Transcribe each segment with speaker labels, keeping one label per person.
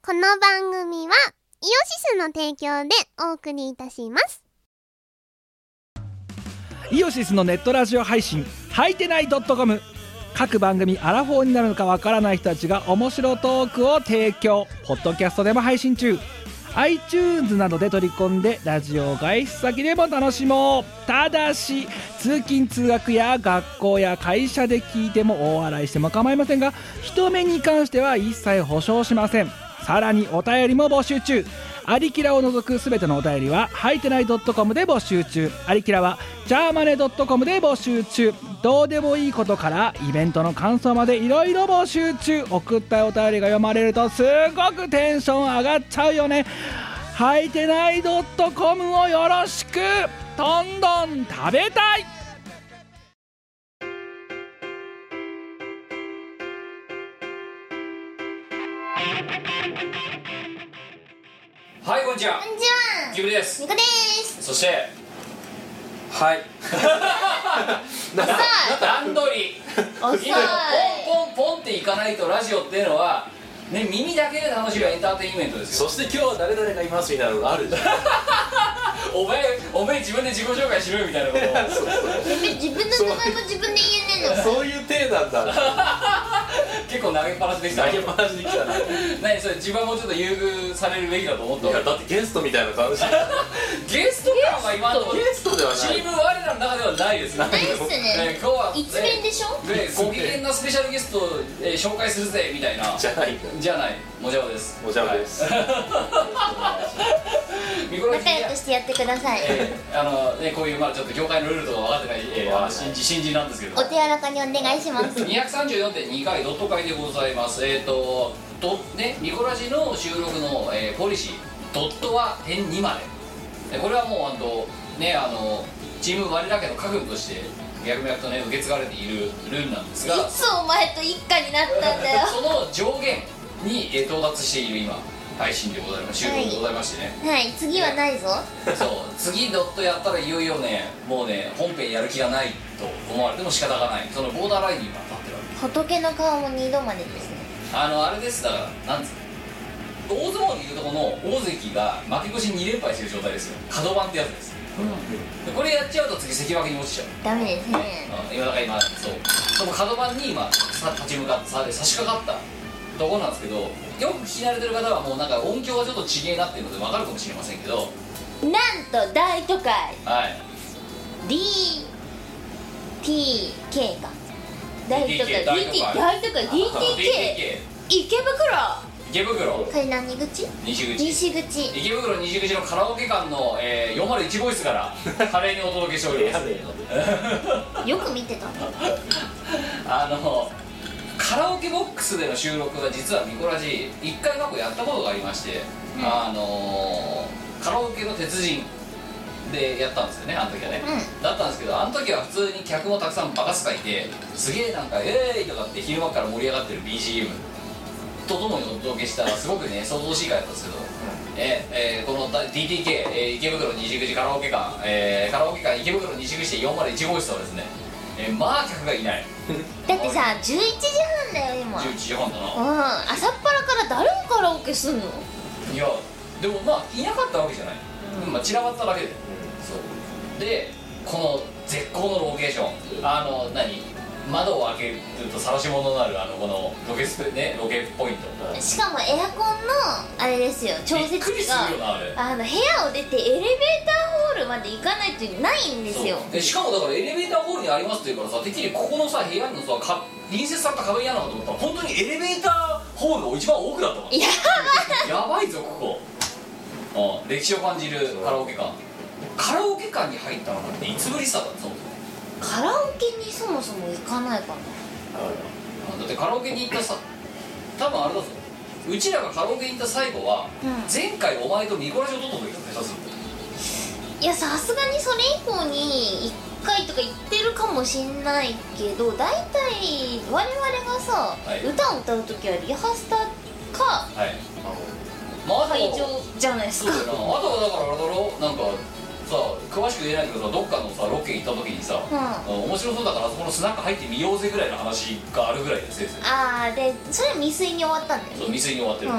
Speaker 1: 番組はイオシスの提供でお送りいたします
Speaker 2: イオシスのネットラジオ配信「はいてない .com」各番組アラフォーになるのかわからない人たちが面白トークを提供ポッドキャストでも配信中 iTunes などで取り込んでラジオを外出先でも楽しもうただし通勤通学や学校や会社で聞いても大笑いしても構いませんが人目に関しては一切保証しませんさらにお便りも募集中アリキラを除くすべてのお便りは、はいてない .com で募集中。アリキラは、ジャーマネ .com で募集中。どうでもいいことから、イベントの感想までいろいろ募集中。送ったお便りが読まれると、すごくテンション上がっちゃうよね。はいてない .com をよろしくどんどん食べたい
Speaker 3: はいこんにちは
Speaker 1: こんにちは
Speaker 3: キムです
Speaker 1: みこです
Speaker 3: そして
Speaker 4: はい
Speaker 3: 段取り
Speaker 1: 遅い
Speaker 3: 今ポンポンポンっていかないとラジオっていうのはね耳だけで楽しむエンターテインメントですよ
Speaker 5: そして今日は誰々がいますみたいなのがあるじゃん
Speaker 3: おめえおめえ自分で自己紹介しろよみたいなことを
Speaker 1: 自分の名前も自分で言えねえの
Speaker 5: そういう体なん だ
Speaker 3: 結構投げっぱなしできた
Speaker 5: 投げっぱなしに来たない
Speaker 3: 何それ自分はもうちょっと優遇されるべきだと思った
Speaker 5: やだってゲストみたいな感じゲ
Speaker 3: ゲスト感は今のところ
Speaker 5: ストでは
Speaker 3: チ
Speaker 5: ない
Speaker 3: ーム我らの中ではないですね
Speaker 1: ないっすね
Speaker 3: え今日は
Speaker 1: 一面でしょ
Speaker 3: ええご機嫌なスペシャルゲストを、えー紹介するぜみたいな
Speaker 5: じゃないんだ
Speaker 3: じゃないもじゃおです
Speaker 5: おじゃまです
Speaker 3: ミコラ
Speaker 1: 仲良くしてやってください
Speaker 3: えーあのね、こういうまあちょっと業界のルールとか分かってない、えーあの新人新人なんですけど
Speaker 1: お手柔らかにお願いします
Speaker 3: 234.2回ドット会でございますえっ、とドねミコラジの収録の、えーポリシードットは点2まででこれはもうあのねあのチーム我ら家の家訓として脈々とね受け継がれているルールなんです
Speaker 1: い
Speaker 3: が
Speaker 1: つお前と一家になったんだよ
Speaker 3: その上限に、えー到達している今配信でございます収録でございましてね、
Speaker 1: はい次はないぞ
Speaker 3: そう次ドットやったらいよいよねもうね本編やる気がないと思われても仕方がないそのボーダーラインに今立ってるわ
Speaker 1: 仏の顔も二度までですね
Speaker 3: けあのあれですだからなんつうの大相撲でいうとこの大関が負け越し2連敗してる状態ですよ角番ってやつです、でこれやっちゃうと次関脇に落ちちゃう
Speaker 1: ダメですね
Speaker 3: うん今だから今そうその角番に今さ立ち向かってさ差し掛かったところなんですけどよく聞き慣れてる方はもうなんか音響はちょっと違えなっていうので分かるかもしれませんけど
Speaker 1: なんと大都会
Speaker 3: はい
Speaker 1: DTK か大都会
Speaker 3: DTK 大
Speaker 1: DT
Speaker 3: 都会
Speaker 1: 大都会 DTK 池袋
Speaker 3: 池袋
Speaker 1: これ何口
Speaker 3: 西口
Speaker 1: 西口
Speaker 3: 池袋西口のカラオケ館の、えー、401号室から華麗にお届けしておりま
Speaker 5: や
Speaker 3: す
Speaker 5: べえよ
Speaker 1: よく見てた
Speaker 3: あのカラオケボックスでの収録が実はミコラジ1回過去やったことがありまして、
Speaker 1: うん
Speaker 3: あのーカラオケの鉄人でやったんですよねあの時は
Speaker 1: う
Speaker 3: ね、
Speaker 1: ん
Speaker 3: だったんですけどあの時は普通に客もたくさんバカすかいてすげえなんか「えーい!」とかって昼間から盛り上がってる BGM とともにお届けしたらすごくね想像しい回だったんですけど、ええーこの DTK、えー池袋西口カラオケ館、えーカラオケ館池袋西口で401号室はですね、えーまあ客がいない
Speaker 1: だってさ11時半だよ今うん
Speaker 3: 11時半だな、
Speaker 1: 朝っぱらから誰がカラオケすんの
Speaker 3: いやでもまあいなかったわけじゃない、まあ散らばっただけで、そうでこの絶好のロケーションあの何窓を開けると晒し物になるあのこのロケスペねロケポイント
Speaker 1: しかもエアコンのあれですよ調
Speaker 3: び
Speaker 1: 節
Speaker 3: っくり
Speaker 1: 器
Speaker 3: するよ
Speaker 1: が
Speaker 3: なあれ
Speaker 1: あの部屋を出てエレベーターホールまで行かないとないんですよ
Speaker 3: そうでしかもだからエレベーターホールにありますって言うからさてっきりここのさ部屋のさか隣接された壁屋なのかと思ったら本当にエレベーターホールの一番奥だったの
Speaker 1: いや
Speaker 3: やばいぞここあ歴史を感じるカラオケ館カラオケ館に入ったのなんていつぶりさだったの
Speaker 1: カラオケにそもそも行かないかな
Speaker 3: だってカラオケに行ったさ多分あれだぞうちらがカラオケに行った最後は、
Speaker 1: うん
Speaker 3: 前回お前とミコラジを撮った時だねそうする
Speaker 1: いやさすがにそれ以降に1回とか言ってるかもしんないけど大体我々がさ、
Speaker 3: はい
Speaker 1: 歌を歌う時はリハスタか
Speaker 3: とはいまああと
Speaker 1: 会場じゃないです
Speaker 3: そう
Speaker 1: か
Speaker 3: だよなあとはだからあれだろなんかさ詳しく言えないけどさどっかのさロケ行った時にさ、
Speaker 1: う
Speaker 3: 面白そうだからあそこのスナック入ってみようぜぐらいの話があるぐらいで先生
Speaker 1: ああでそれ未遂に終わったんだ
Speaker 3: そう
Speaker 1: よね
Speaker 3: 未遂に終わって
Speaker 1: うん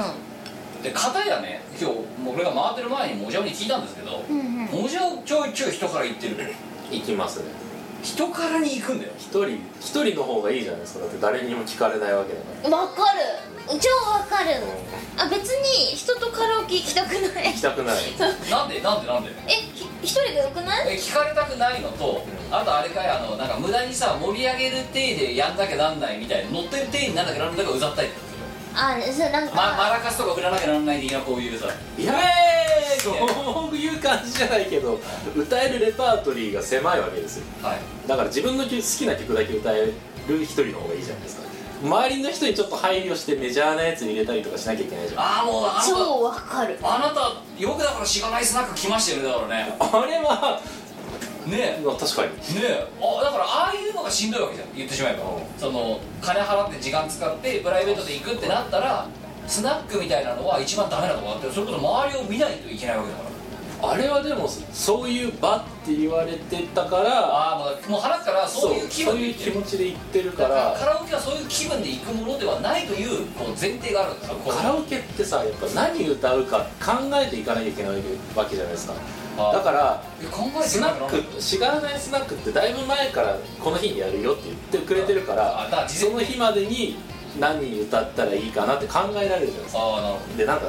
Speaker 3: るんですよ、で片やね今日もう俺が回ってる前にもじゃおに聞いたんですけど、
Speaker 1: うんうん
Speaker 3: もじゃおちょいちょい人から言ってる
Speaker 5: 行きますね
Speaker 3: 人からに行くんだよ
Speaker 5: 一人一人の方がいいじゃないですかだって誰にも聞かれないわけだか
Speaker 1: わかる超わかる
Speaker 5: ら、うん
Speaker 1: あ別に人とカラオケ行きたくない
Speaker 5: 行きたくない
Speaker 3: なんでなんでなんで
Speaker 1: えひ一人でよくない
Speaker 3: え聞かれたくないのとあとあれかいあのなんか無駄にさ盛り上げる体でやんなきゃなんないみたいな乗ってる体になんなきゃなんなきゃうざったいってことよ
Speaker 1: あそうなんか、
Speaker 3: まマラカスとか振らなきゃなんない的なこういうさ
Speaker 5: いやーそういう感じじゃないけど歌えるレパートリーが狭いわけですよ
Speaker 3: はい
Speaker 5: だから自分の曲好きな曲だけ歌える一人の方がいいじゃないですか周りの人にちょっと配慮してメジャーなやつに入れたりとかしなきゃいけないじゃんあ
Speaker 3: ああもうあ
Speaker 1: 超わかる
Speaker 3: なたあなたよくだからしがないスナック来ましたよねだからね
Speaker 5: れは
Speaker 3: ねえ
Speaker 5: まあ確かに
Speaker 3: ねえあだからああいうのがしんどいわけじゃん言ってしまえばその金払って時間使ってプライベートで行くってなったらスナックみたいなのは一番ダメなとこだってそれこそ周りを見ないといけないわけだから
Speaker 5: あれはでもそういう場って言われてたから
Speaker 3: ああもうもう腹からそういう気
Speaker 5: そう
Speaker 3: 分で
Speaker 5: いう
Speaker 3: 行って
Speaker 5: 気
Speaker 3: る
Speaker 5: 持ちで行ってるか
Speaker 3: だからカ
Speaker 5: ら
Speaker 3: ラオケはそういう気分で行くものではないというこう前提があるんですよこう
Speaker 5: カラオケってさやっぱ何歌うか考えていかなきゃいけないわけじゃないですか
Speaker 3: あ
Speaker 5: だから
Speaker 3: え考えて
Speaker 5: ス
Speaker 3: みた
Speaker 5: ナ
Speaker 3: ら
Speaker 5: ックしがらないスナックってだいぶ前からこの日にやるよって言ってくれてるか
Speaker 3: あ
Speaker 5: ら
Speaker 3: だから事
Speaker 5: そ
Speaker 3: 前
Speaker 5: の
Speaker 3: に
Speaker 5: 日までに何歌ったらいいかなって考えられるじゃないですか
Speaker 3: ああなるほ
Speaker 5: でなんか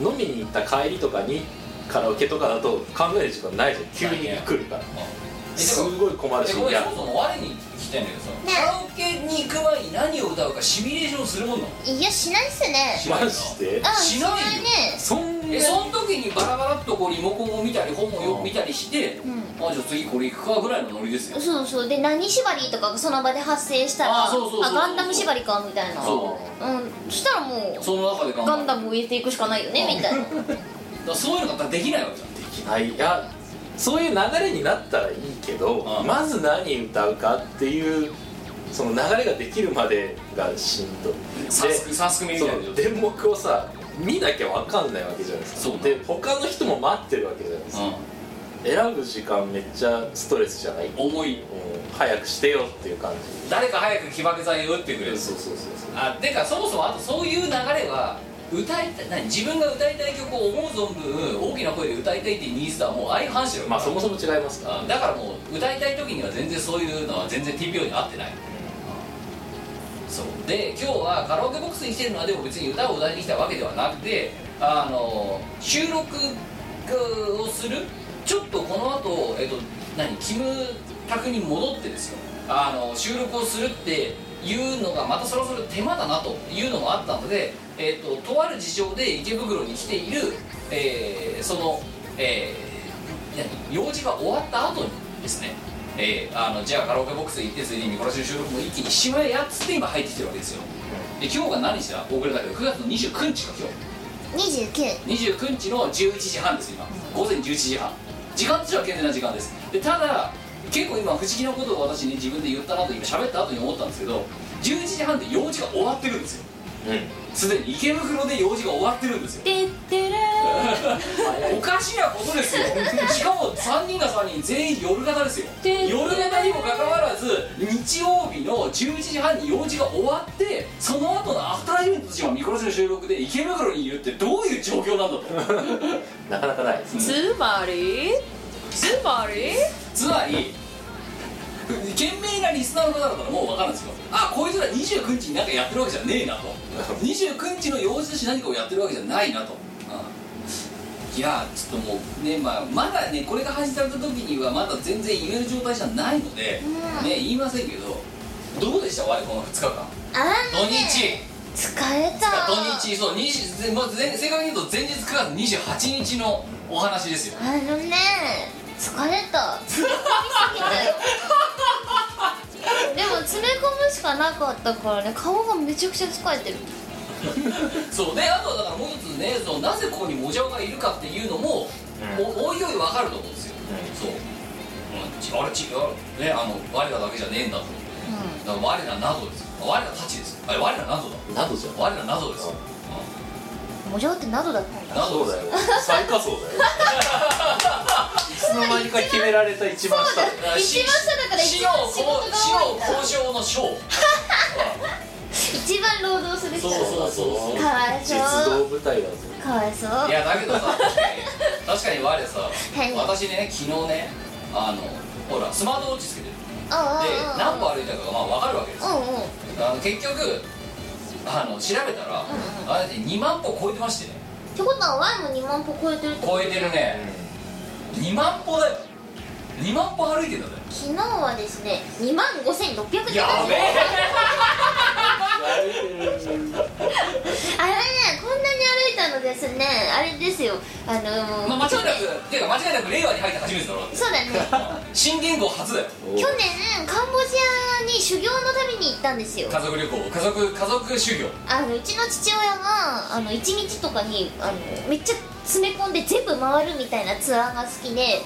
Speaker 5: 飲みに行った帰りとかにカラオケとかだと考える時間ないじゃん急に来るから
Speaker 3: どあえ
Speaker 5: す
Speaker 3: でも
Speaker 5: ごい困る
Speaker 3: え
Speaker 5: し
Speaker 3: こ
Speaker 5: い
Speaker 3: れ
Speaker 5: や
Speaker 3: そもそも我に聞きたいんだけどさカラオケに行く前に何を歌うかシミュレーションするもんなの
Speaker 1: いやしないっすね
Speaker 3: し
Speaker 5: マジで
Speaker 1: あ
Speaker 3: しないよ
Speaker 1: しね
Speaker 5: そんな
Speaker 3: えその時にバラバラっとこうリモコンを見たり本をよ見たりして、
Speaker 1: う
Speaker 3: あじゃあ次これ行くかぐらいのノリですよ
Speaker 1: そうそうで何縛りとかがその場で発生したら
Speaker 3: あそうそうそうそう
Speaker 1: ガンダム縛りかみたいな
Speaker 3: そ
Speaker 1: うんそしたらもう
Speaker 3: その中で頑張
Speaker 1: ガ
Speaker 3: る
Speaker 1: ンダムを入れていくしかないよねみたいな
Speaker 3: だからそういうのができないわけじゃん
Speaker 5: はいいやそういう流れになったらいいけど
Speaker 3: ああ
Speaker 5: まず何歌うかっていうその流れができるまでがしんどいで
Speaker 3: サスクサスクみたい
Speaker 5: そ
Speaker 3: な
Speaker 5: の電目をさ見なきゃ分かんないわけじゃないです
Speaker 3: そうだ
Speaker 5: かで他の人も待ってるわけじゃないですか選ぶ時間めっちゃストレスじゃない、うん、
Speaker 3: うん、重い
Speaker 5: 早くしてよっていう感
Speaker 3: 誰か早く起爆剤を打ってくれ
Speaker 5: じ
Speaker 3: る
Speaker 5: そうそうそうそう
Speaker 3: あてかそもそもあとそういう流れは歌いたい何自分が歌いたい曲を思う存分大きな声で歌いたいっていうニーズとはもう相反してる
Speaker 5: まあそもそも違いますから
Speaker 3: あだからもう歌いたい時には全然そういうのは全然 TPO に合ってない、そうで今日はカラオケボックスに来てるのはでも別に歌を歌いに来たわけではなくてあの収録をするちょっとこの後、えっと何キムタクに戻ってですよあの収録をするっていうのがまたそろそろ手間だなというのもあったので、えっととある事情で池袋に来ている、えーその、えー何用事が終わった後にですねえーあのじゃあカラオケボックス行ってついでにこの収録も一気にしまえやっつって今入ってきてるわけですよで今日が何日だ遅れたけど9月の29日か
Speaker 1: 29
Speaker 3: 今日29日の11時半です今午前11時半時間としては健全な時間ですでただ結構今不思議なことを私に自分で言ったなと今喋った後に思ったんですけど11時半で用事が終わってるんですよ
Speaker 5: う
Speaker 3: すでに池袋で用事が終わってるんですよ
Speaker 1: てってれ
Speaker 3: おかしなことですよしかも3人が3人全員夜型ですよ
Speaker 1: で
Speaker 3: 夜型にもかかわらず日曜日の11時半に用事が終わってその後のアフターイベントとしては見殺しの収録で池袋にいるってどういう状況なんだと
Speaker 5: んなかなかないですね
Speaker 6: つまりつまり
Speaker 3: つまり賢明なリスナーの方だったらもう分かるんですよあこいつら29日に何かやってるわけじゃねえなと29日の用事として何かをやってるわけじゃないなと、うんいやちょっともうねまあまだねこれが始まった時にはまだ全然言える状態じゃないので、
Speaker 1: うん
Speaker 3: ね言いませんけどどうでした我この2日間
Speaker 1: あ
Speaker 3: 土
Speaker 1: のね
Speaker 3: 日
Speaker 1: 疲れた
Speaker 3: 土日そう20ぜまあぜ正確に言うと前日9月28日のお話ですよ
Speaker 1: あのね疲れ た疲れすぎたよでも詰め込むしかなかったからね顔がめちゃくちゃ疲れてる
Speaker 3: そうであとはだからもう一つねそのなぜここにもじゃおがいるかっていうのも、おおいおい分かると思うんですよ、そう、うんち、あれちあねあの我らだけじゃねえんだと
Speaker 1: う
Speaker 3: だから我らなどですよ我らたちですよあれ我らなどだ
Speaker 5: などじゃん
Speaker 3: 我らなどですよ、
Speaker 1: んもじゃおってなどだったんだ
Speaker 3: など
Speaker 5: そ
Speaker 3: で
Speaker 5: う
Speaker 3: すよ
Speaker 5: だよ最下層だよいつの間にか決められた一番下だよ
Speaker 3: だからし
Speaker 1: 一番下だから一番仕事が多いんだ
Speaker 3: 死の交渉の章
Speaker 1: 一一番労働する人
Speaker 3: そうそうそうそう
Speaker 1: かわいそう
Speaker 5: 実動舞台だぞ
Speaker 1: かわいそう
Speaker 3: いやだけどさ確かに確かに我さ
Speaker 1: い
Speaker 3: 私ね昨日ねあのほらスマートウォッチつけてるで何歩歩いたかがまあ分かるわけですよ
Speaker 1: うんうんうんうん
Speaker 3: あの結局あの調べたら、
Speaker 1: ん
Speaker 3: あれ2万歩超えてましてね
Speaker 1: ってことはワイも2万歩超えてるってこと
Speaker 3: 超えてるね、2万歩だよ2万歩歩いてたんだよ
Speaker 1: 昨日はですね2万5600人
Speaker 3: やべえ
Speaker 1: あれねこんなに歩いたのですねあれですよあのー
Speaker 3: まあ、間違いなくっていうか間違いなく令和に入って初めてだろだって
Speaker 1: そうだね
Speaker 3: 新元号初だよ
Speaker 1: 去年カンボジアに修行のために行ったんですよ
Speaker 3: 家族旅行家族家族修行
Speaker 1: あのうちの父親があの1日とかにあのめっちゃ詰め込んで全部回るみたいなツアーが好きで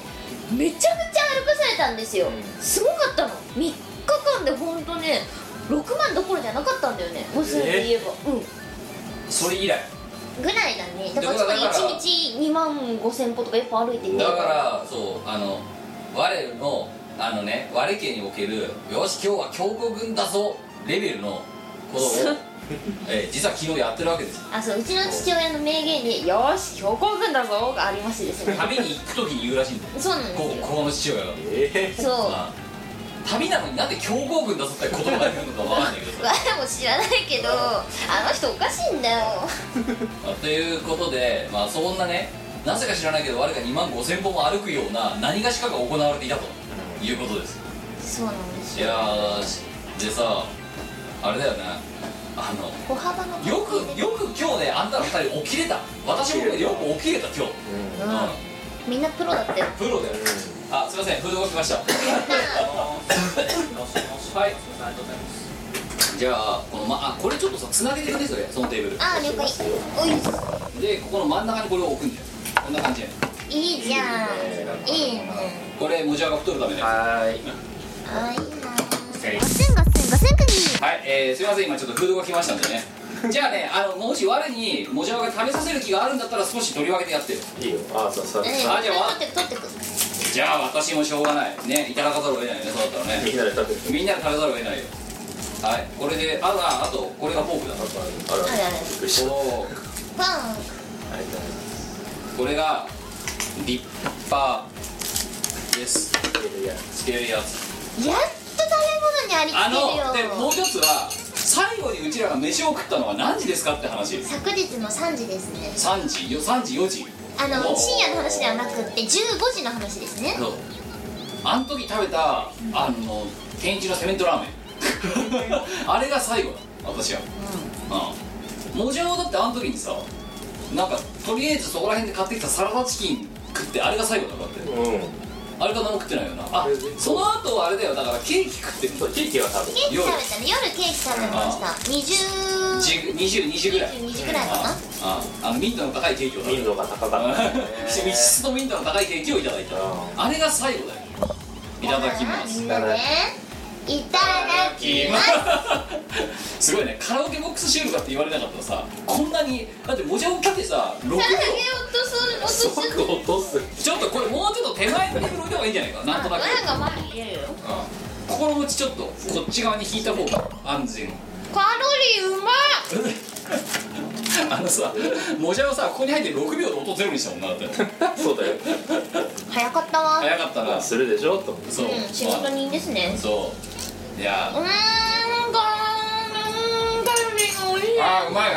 Speaker 1: めちゃくちゃ歩かされたんですよ、すごかったの3日間で本当ね6万どころじゃなかったんだよねもうそれで言えば、うん
Speaker 3: それ以来
Speaker 1: ぐらいだねだからつ
Speaker 3: だ
Speaker 1: ま
Speaker 3: から
Speaker 1: り
Speaker 3: だから
Speaker 1: 1日2万5千歩とかやっぱ歩いてて
Speaker 3: だからそうあの我のあのね我家におけるよし今日は強行軍だぞレベルのことを、 えー実は昨日やってるわけですよ
Speaker 1: あそううちの父親の名言に「よーし強行軍だぞ」がありましてですね
Speaker 3: 旅に行く時に言うらしいんだよ
Speaker 1: そうなんです
Speaker 3: こ
Speaker 1: よ
Speaker 3: こここの父親が、
Speaker 5: え
Speaker 1: そう
Speaker 3: まあ旅なのになんで強行軍だぞって言葉が出るのかわかんないけどさ
Speaker 1: 我も知らないけどあの人おかしいんだよ
Speaker 3: まあということで、まあ、そんなねなぜか知らないけど我が2万5000歩も歩くような何がしかが行われていたということです
Speaker 1: そうなんです
Speaker 3: いやーしでさあれだよねあの
Speaker 1: 歩幅の
Speaker 3: よくよく今日ねあんたら2人起きれた私もよく起きれた今日、
Speaker 1: う
Speaker 3: うん
Speaker 1: んみんなプロだったよ
Speaker 3: プロだよ、あすいませんフードが来ま したはいじゃあこのまあこれちょっとさつなげてくれそれそのテーブル
Speaker 1: ああ了解おい
Speaker 3: でここの真ん中にこれを置くんだよこんな感じで
Speaker 1: いいじゃんいいね
Speaker 3: これ持ち上が太るためです
Speaker 5: は
Speaker 1: あいいなガセンガセンガセンクニ
Speaker 3: はい、えー、すみません今ちょっとフードが来ましたんでねじゃあねあのもし我にもじゃわが食べさせる気があるんだったら少し取り分けてやってよ
Speaker 5: いいいよああそうそう
Speaker 1: うん
Speaker 3: あじゃあわ
Speaker 1: 取ってく取ってく
Speaker 3: じゃあ私もしょうがないねいただかざるを得ないよねそうだったら
Speaker 5: み
Speaker 3: ね
Speaker 5: んなで食べる
Speaker 3: みんなで食べざるを得ないよはいこれであとああとこれがフォークだ
Speaker 5: あら
Speaker 1: あれあれ
Speaker 5: びっくりした
Speaker 3: お
Speaker 1: パン
Speaker 3: これが立派です
Speaker 5: いやいや
Speaker 3: つけるやつ
Speaker 1: やっと食べ物にあり
Speaker 3: あ
Speaker 1: つ
Speaker 3: の
Speaker 1: け
Speaker 3: で
Speaker 1: る
Speaker 3: もう
Speaker 1: よ
Speaker 3: 一つは最後にうちらが飯を食ったのは何時ですかって話
Speaker 1: 昨日の3時ですね
Speaker 3: 3時よ3時4時
Speaker 1: あ
Speaker 3: お
Speaker 1: の
Speaker 3: ー
Speaker 1: 深夜の話ではなくって15時の話ですね
Speaker 3: そうあの時食べたあの天一のセメントラーメン あれが最後だ私はうんもじゃおだってあの時にさなんかとりあえずそこら辺で買ってきたサラダチキン食ってあれが最後だろだって
Speaker 5: うん
Speaker 3: あれか何も食ってないよなあその後はあれだよだからケーキ食ってる
Speaker 5: そうケーキは食べ
Speaker 1: ケーキ食べたね夜ケーキ食べました20
Speaker 3: 22時ぐらい
Speaker 1: 22時ぐらいかな
Speaker 3: あああのミントの高いケーキを食べ
Speaker 5: る
Speaker 3: る
Speaker 5: 頻度が高かったね
Speaker 3: 密室のミントの高いケーキをいただいた
Speaker 5: うん
Speaker 3: あれが最後だよいただきます
Speaker 1: みんなねいただきます
Speaker 3: すごいねカラオケボックス収録だって言われなかったらさこんなにだって文字を切ってさ6秒
Speaker 1: さらげ落とそう落とし
Speaker 5: 即落とす
Speaker 3: ちょっとこれもうちょっと手前のテーブル置いた方がいいんじゃないかななんとなく、
Speaker 1: が前に入れるよ
Speaker 3: うん心持ちちょっとこっち側に引いた方が安全
Speaker 1: カロリーうま
Speaker 3: あのさもじゃをさここに入って6秒で音ゼロにしたもんなだって
Speaker 5: そうだよ
Speaker 1: い早かったわ
Speaker 3: 早かったなそ
Speaker 5: するでしょと
Speaker 3: う、
Speaker 1: うん仕事
Speaker 3: ま
Speaker 1: 人です
Speaker 3: あ
Speaker 1: ね
Speaker 3: そういや
Speaker 1: うーんカロリーがおいしい
Speaker 3: あーうまい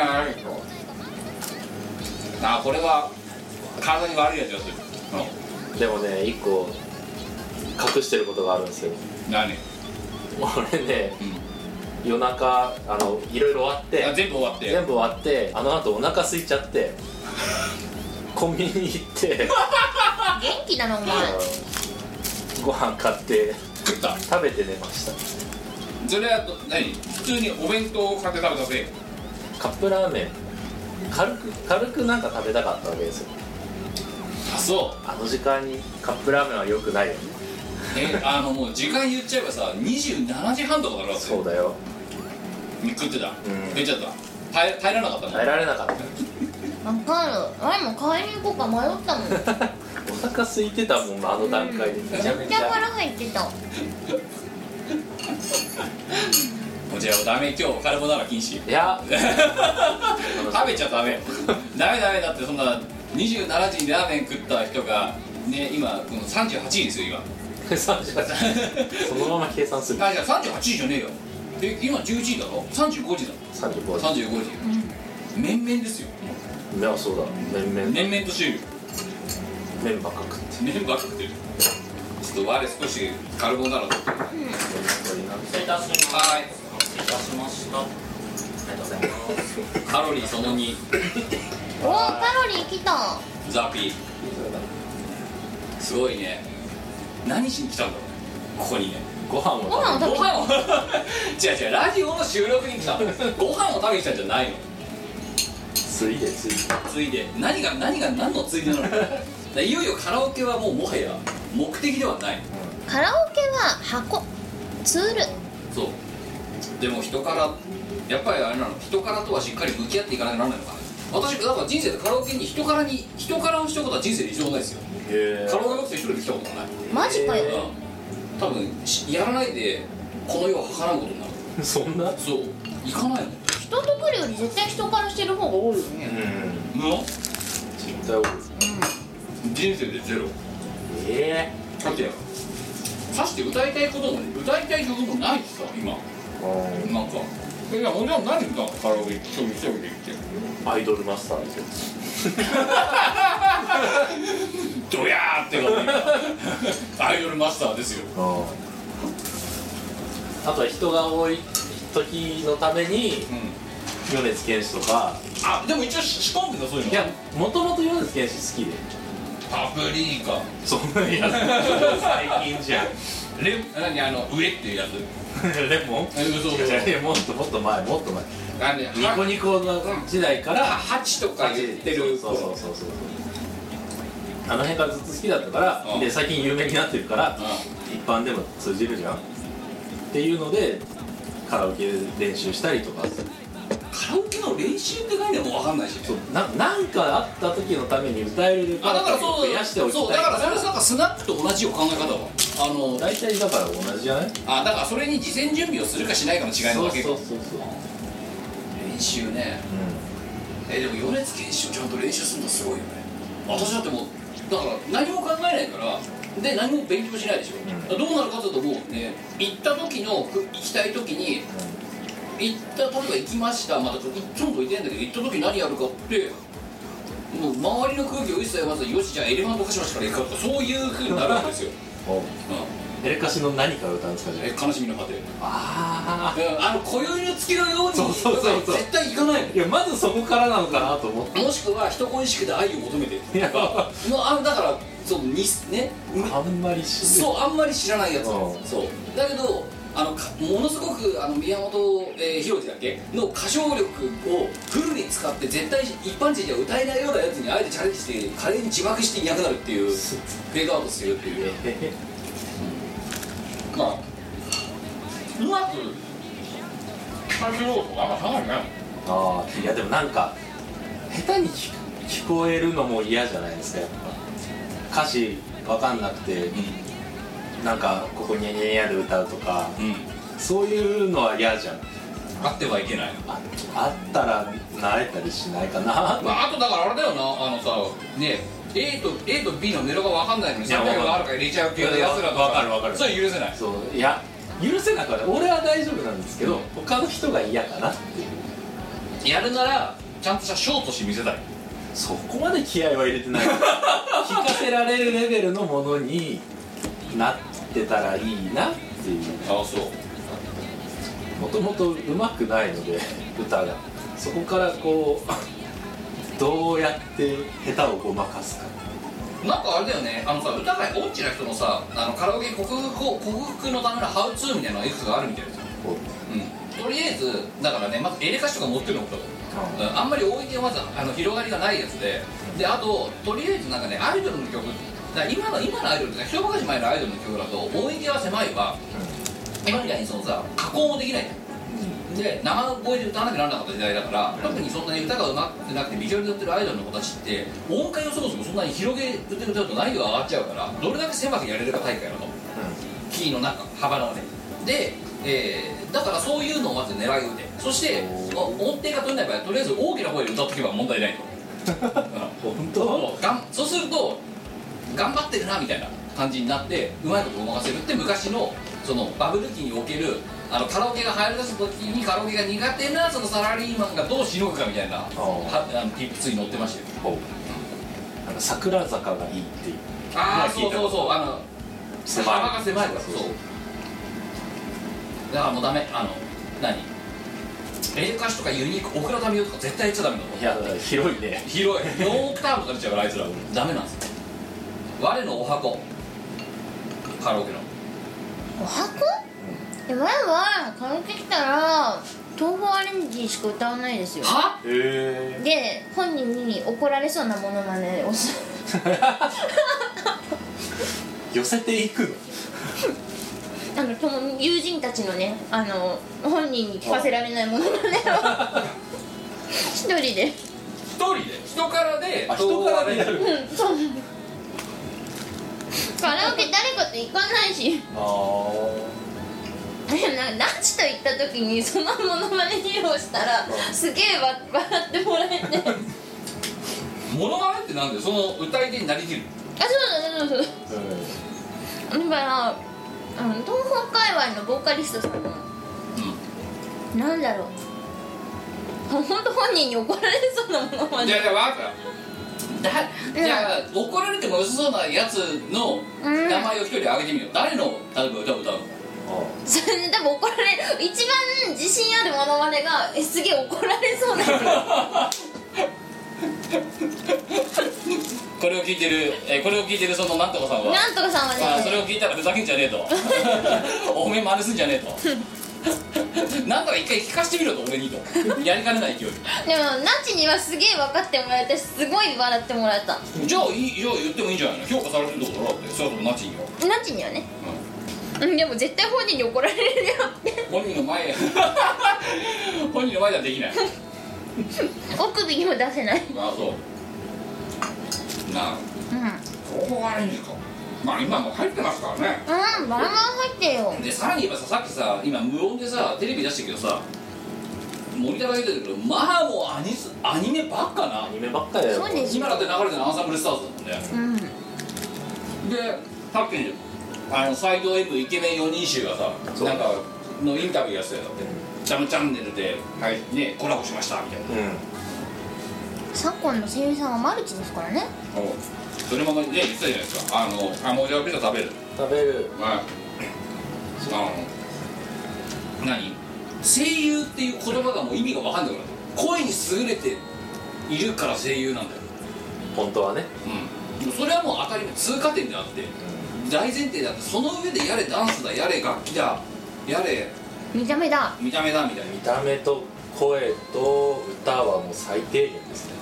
Speaker 3: なあーこれは体に悪いやつがする、う
Speaker 5: でもね一個隠してることがあるんですよ
Speaker 3: ん、何
Speaker 5: 俺ね夜中あのいろいろ終わって
Speaker 3: あ全部終わって
Speaker 5: 全部終わってあの後お腹空いちゃって コンビニに行っ
Speaker 1: 元
Speaker 5: て
Speaker 1: 気だなお前
Speaker 5: あのご飯買って
Speaker 3: 食った
Speaker 5: 食べて寝ました
Speaker 3: それはど何普通にお弁当を買って食べたせ
Speaker 5: カップラーメン軽く軽くなんか食べたかったわけですよ
Speaker 3: あそ
Speaker 5: あの時間にカップラーメンは良くないよね
Speaker 3: うえあのもう時間言っちゃえばさ27時半とかからだって
Speaker 5: そうだよ
Speaker 3: 食ってた
Speaker 5: ん
Speaker 3: 出ちゃった耐え耐えられなかったの
Speaker 5: 耐えられな かった
Speaker 1: わかる前も買いに行こうか迷ったもんめっ
Speaker 5: お腹空いてたもんあの段階でめちゃめ
Speaker 1: ち
Speaker 5: ち
Speaker 1: ゃ
Speaker 5: ゃ
Speaker 1: 腹入ってた
Speaker 3: もうじゃあダメ今日カルボナーラ禁止
Speaker 5: いや
Speaker 3: 食べちゃダメダメダメだってそんな27時にラーメン食った人がね今この38位ですよ今
Speaker 5: 38そのまま計算す る
Speaker 3: あじゃあ38時じゃねえよえ今11時だろ35時だろ
Speaker 5: 35時
Speaker 3: 35時、面々ですよ
Speaker 5: いやそうだ面々
Speaker 3: 面々としてる
Speaker 5: 麺ばっか食って
Speaker 3: 麺ばっか食ってるちょっと我少しカルボナーラと
Speaker 4: 失礼いたします
Speaker 3: はい
Speaker 4: 失礼いたしましたありがとうございます
Speaker 3: カロリーその2
Speaker 1: おおーカロリーきた
Speaker 3: ザピーすごいね何しに来たんだろうここにね
Speaker 5: ご飯
Speaker 1: ご
Speaker 5: を
Speaker 1: 飯を食べた
Speaker 3: ご飯を 違う違うラジオの収録に来たのご飯を食べに来たんじゃないの
Speaker 5: ついでついで
Speaker 3: ついで何が何が何のついでなのだからいよいよカラオケはもうもはや目的ではない
Speaker 1: カラオケは箱ツール
Speaker 3: そうでも人からやっぱりあれなの人からとはしっかり向き合っていかなきゃならないのかな私だから人生でカラオケに人からに人からをしたことは人生で一度もないですよ
Speaker 5: へ
Speaker 3: カラオケボックス一人で来たことがない
Speaker 1: マジかよ
Speaker 3: うん多分しやらないでこの世は儚うことになる
Speaker 5: えそんなうん
Speaker 3: そう行かないの
Speaker 1: 人と来るより絶対人からしてる方が多いよね
Speaker 3: 無
Speaker 5: 絶対多いですね
Speaker 3: 人生でゼロ
Speaker 5: え
Speaker 3: だってさして歌いたいことも歌いたい曲もないしさ今
Speaker 5: え
Speaker 3: なんかいや俺は何歌うのカラオケ一人一人で行って
Speaker 5: アイドルマスターです
Speaker 3: ドヤーって顔で今アイドルマスターですよ
Speaker 5: よあとは人が多い時のために
Speaker 3: うん
Speaker 5: 米津玄師とか
Speaker 3: あでも一応仕込んでたそういうの
Speaker 5: いやもともと米津玄師好きで
Speaker 3: パプリカ
Speaker 5: そんなやつ 最近じゃん
Speaker 3: レ何あの上っていうやつ
Speaker 5: レモン
Speaker 3: え嘘
Speaker 5: いやいやもっともっと前もっと前
Speaker 3: なんで
Speaker 5: ニコニコの時代か
Speaker 3: から8とか言ってる
Speaker 5: そうそう
Speaker 3: 頃
Speaker 5: そうそうそうあの辺からずっと好きだったから、
Speaker 3: うん
Speaker 5: で最近有名になってるから、一般でも通じるじゃんっていうのでカラオケ練習したりとか
Speaker 3: カラオケの練習って概念もわかんないしね
Speaker 5: そうななんかあった時のために歌えるレパ
Speaker 3: あだ
Speaker 5: ー
Speaker 3: か
Speaker 5: トリ
Speaker 3: らそう
Speaker 5: ーを増やしておきたい
Speaker 3: そうだからそれはなんかスナップと同じよ考え方はあの
Speaker 5: 大体だから同じじゃない
Speaker 3: あだからそれに事前準備をするかしないかの違い
Speaker 5: そ
Speaker 3: な
Speaker 5: う
Speaker 3: だ
Speaker 5: そう
Speaker 3: け
Speaker 5: そう
Speaker 3: か
Speaker 5: そう、
Speaker 3: 練習ね
Speaker 5: う
Speaker 3: えでも米津玄師をちゃんと練習するのすごいよね私だってもうだから何も考えないからで何も勉強しないでしょ、
Speaker 5: う
Speaker 3: どうなるかというともうね行った時のく行きたい時に行った例えば行きましたまたちょっと行ってんだけど行った時何やるかってもう周りの空気を一切まずよしじゃあエレファントカシマシから行くかとかそういうふうになるわけ ですよ、
Speaker 5: ん、お
Speaker 3: う
Speaker 5: エレカシの何から歌うんですかじ
Speaker 3: ん、
Speaker 5: ゃ
Speaker 3: え悲しみの果て
Speaker 5: あ
Speaker 3: う
Speaker 5: あ
Speaker 3: んあの今宵の月のように
Speaker 5: そうそうそうそう
Speaker 3: 絶対行かないの
Speaker 5: いやまずそこからなのかなと思って
Speaker 3: もしくは人恋しくて愛を求めて
Speaker 5: いや
Speaker 3: とかもうあのだからそうにね
Speaker 5: あんまりし
Speaker 3: そうあんまり知らないやつ
Speaker 5: うん
Speaker 3: そうだけどあのかものすごくあの宮本、えー、博次だっけの歌唱力をフルに使って絶対一般人じゃ歌えないようなやつにあえてチャレンジして華麗に自爆していなくなるっていうフェードアウトするっていうまあうまく歌唱力があんま下がりない
Speaker 5: ああいやでもなんか下手に聞聞こえるのも嫌じゃないですかやっぱ歌詞わかんなくてなんかここにゃにゃにゃで歌うとか
Speaker 3: うん、うん、
Speaker 5: そういうのは嫌じゃん
Speaker 3: あってはいけない
Speaker 5: ああったら慣れたりしないかな
Speaker 3: まあ、あとだからあれだよなあのさね A と A と B のネロが分かんないのに
Speaker 5: いや
Speaker 3: 300があるから入れちゃう系のやつらと
Speaker 5: わかるわかる
Speaker 3: それ許せない
Speaker 5: そういや許せなかった俺は大丈夫なんですけど他の人が嫌かなっていう
Speaker 3: やるならちゃんとしたショーとして見せたい
Speaker 5: そこまで気合は入れてない聞かせられるレベルのものになってたらいいなっていう
Speaker 3: ああそう
Speaker 5: もともとうまくないので 歌がそこからこうどう やって下手をごまかすか
Speaker 3: なんかあれだよねあのさ歌がオッチな人のさあのカラオケ克服を克服のためのハウツーみたいなのがいくつかあるみたいですよ
Speaker 5: こ
Speaker 3: うんとりあえずだからねまずエレカシとか持ってるのと
Speaker 5: う
Speaker 3: うんあんまり多い点はまずあの広がりがないやつでであととりあえずなんかねアイドルの曲だから今の今のアイドルってね一昔前のアイドルの曲だと音域は狭いわ今みたいにそのさ加工もできないで生声で歌わなきゃならなかった時代だから特にそんなに歌がうまくなくてビジュアルでやってるアイドルの子たちって音階をそもそもそんなに広げて歌うと難易度が上がっちゃうからどれだけ狭くやれるか大会だとキーの中幅のねでえーだからそういうのをまず狙い撃てそしてまあ音程が取れない場合はとりあえず大きな声で歌っとけば問題ないと
Speaker 5: 本
Speaker 3: そうがんそうすると頑張ってるなみたいな感じになってうまいことごまかせるって昔のそのバブル期におけるあのカラオケが流行りだす時にカラオケが苦手なそのサラリーマンがどうしのぐかみたいなはあの Tips に載ってましたよ
Speaker 5: ほうなんか桜坂がいいっていう
Speaker 3: ああそ
Speaker 5: 聞いうた
Speaker 3: そうそうあの
Speaker 5: 狭い
Speaker 3: 幅が狭いからそうだからもうダメあの何レイカシとかユニークオクラタミオとか絶対言っちゃダメだもん
Speaker 5: いや広いね
Speaker 3: 広い4オクターブとか出ちゃうからあいつらダメなんですよ我のお箱カラオケの
Speaker 1: お箱え前はカラオケ来たら東宝アレンジしか歌わないですよ
Speaker 3: は
Speaker 5: へ
Speaker 1: で本人に怒られそうなものまでをする
Speaker 5: 寄せていくの
Speaker 1: あのとも友人たちのねあの本人に聞かせられないものま ねを一人で
Speaker 3: 一人で人からで
Speaker 5: あ人からになる
Speaker 1: うんそうカラオケ誰かと行かないし
Speaker 5: ああ
Speaker 1: でなランチと行った時にそのものまね披露したらすげえわ笑ってもらえ てあそう
Speaker 3: モノマネってなんでその歌い手になりきる
Speaker 1: だそうだそうだ
Speaker 5: う
Speaker 1: だからあの東方界隈のボーカリストさんもなんだろう本当本人に怒られそうなものま
Speaker 3: い
Speaker 1: で
Speaker 3: やいやわかっただじゃあ怒られても良さそうなやつの
Speaker 1: うん
Speaker 3: 名前を一人挙げてみよう誰の例えば歌を歌うの
Speaker 1: それで多分怒られる一番自信あるものまねがえすげえ怒られそうな
Speaker 3: これを聞いてる、えーこれを聞いてるそのなんとかさ んは
Speaker 1: なんとかさんは
Speaker 3: あーそれ
Speaker 1: ね
Speaker 3: を聞いたらふざけんじゃねえとおめえ真似すんじゃねえとなんとか一回聞かしてみろと俺にとやりかねない勢
Speaker 1: で
Speaker 3: い
Speaker 1: もナチにはすげえ分かってもらえたしすごい笑ってもらえた
Speaker 3: じゃあいいじゃあ言ってもいいんじゃないの評価されてるところだろってそれはナチには
Speaker 1: ナチにはねうんでも絶対本人に怒られるよって
Speaker 3: 本人の前へ 本人の前ではできない
Speaker 1: 奥首にも出せない
Speaker 3: あそうなあ
Speaker 1: うんうん
Speaker 3: 情報がないんですかまあ今も入ってますからね
Speaker 1: バンバン入ってよ
Speaker 3: でさらに言えばささっきさ今無音でさテレビ出してるけどさモニターが出てるけどまあもうアニスアニメばっかな
Speaker 5: アニメばっかりだよ
Speaker 1: そうです
Speaker 3: 今だって流れてるのアンサンブルスターズだもんね
Speaker 1: うん
Speaker 3: でさっきあの斎藤 M イケメン4人衆がさ
Speaker 5: そう
Speaker 3: なんかのインタビューやってたよ「ジャムチャンネルで、はいね、コラボしました」みたいな
Speaker 5: うん
Speaker 1: 昨今の声優さんはマルチですからね
Speaker 3: そのままね言ってたじゃないですか「あのあもうじゃあピザ食べる」
Speaker 5: 食べる
Speaker 3: はいあの何声優っていう言葉がもう意味が分かんなくなった声に優れているから声優なんだよ
Speaker 5: 本当はね
Speaker 3: うんそれはもう当たり前通過点であって大前提であってその上でやれダンスだやれ楽器だやれ
Speaker 1: 見た目だ
Speaker 3: 見た目だみたいな
Speaker 5: 見た目と声と歌はもう最低限ですね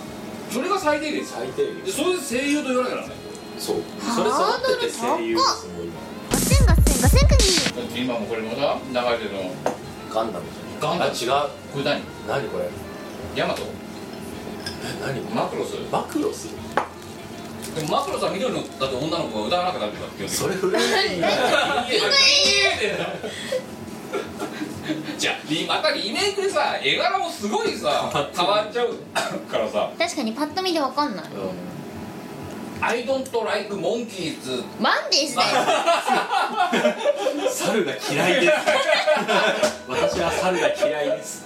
Speaker 3: それが最低限です
Speaker 5: 最低
Speaker 3: で
Speaker 5: 限
Speaker 3: それで声優と言わなきゃならない
Speaker 5: そう
Speaker 1: ハ
Speaker 5: それ
Speaker 1: ード
Speaker 5: 育
Speaker 1: ル
Speaker 5: てて声優ですもう今
Speaker 1: ガセンガセンガセンクニー
Speaker 3: だって今もこれまた流れてるの
Speaker 5: ガンダムじゃん
Speaker 3: ガンダム
Speaker 5: あ違う
Speaker 3: これ何
Speaker 5: 何これ
Speaker 3: ヤマト
Speaker 5: え何
Speaker 3: マクロス
Speaker 5: マクロス
Speaker 3: でもマクロスは緑のだって女の子が歌わなくなるからって
Speaker 5: それ古いな
Speaker 3: じゃあリまたリメイクでさ絵柄もすごいさ変わっちゃうからさ
Speaker 1: 確かにパッと見でわかんない
Speaker 5: う
Speaker 3: 「
Speaker 5: ん
Speaker 3: I don't like monkeys
Speaker 1: ワンディースだよ
Speaker 5: 猿が嫌いです私は猿が嫌いです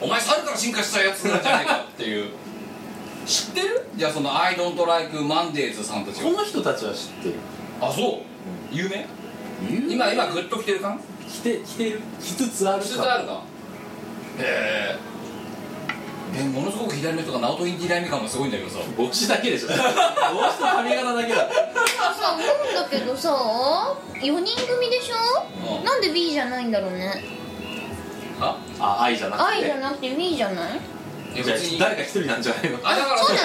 Speaker 3: お前猿から進化したやつなんじゃねえか」っていう知ってるじゃあその「I don't like Mondays」さんたち
Speaker 5: こ
Speaker 3: が
Speaker 5: の人たちは知ってる
Speaker 3: あそう有名今今グッときてる感
Speaker 5: 来て来てる来つつある
Speaker 3: つつあ
Speaker 5: か
Speaker 3: るかへええものすごく左目とかナオトインディライメ感がすごいんだけどさ
Speaker 5: 帽子だけでしょ帽子と髪型だけだ
Speaker 1: さ思うんだけどさ4人組でしょ、
Speaker 3: うん
Speaker 1: なんで B じゃないんだろうね
Speaker 3: あ
Speaker 5: あ愛じゃなくて
Speaker 1: I じゃなくて B じゃない
Speaker 3: いや
Speaker 5: じゃあ
Speaker 3: 別に
Speaker 5: 誰か一人なんじゃないの
Speaker 3: あだから
Speaker 1: そうな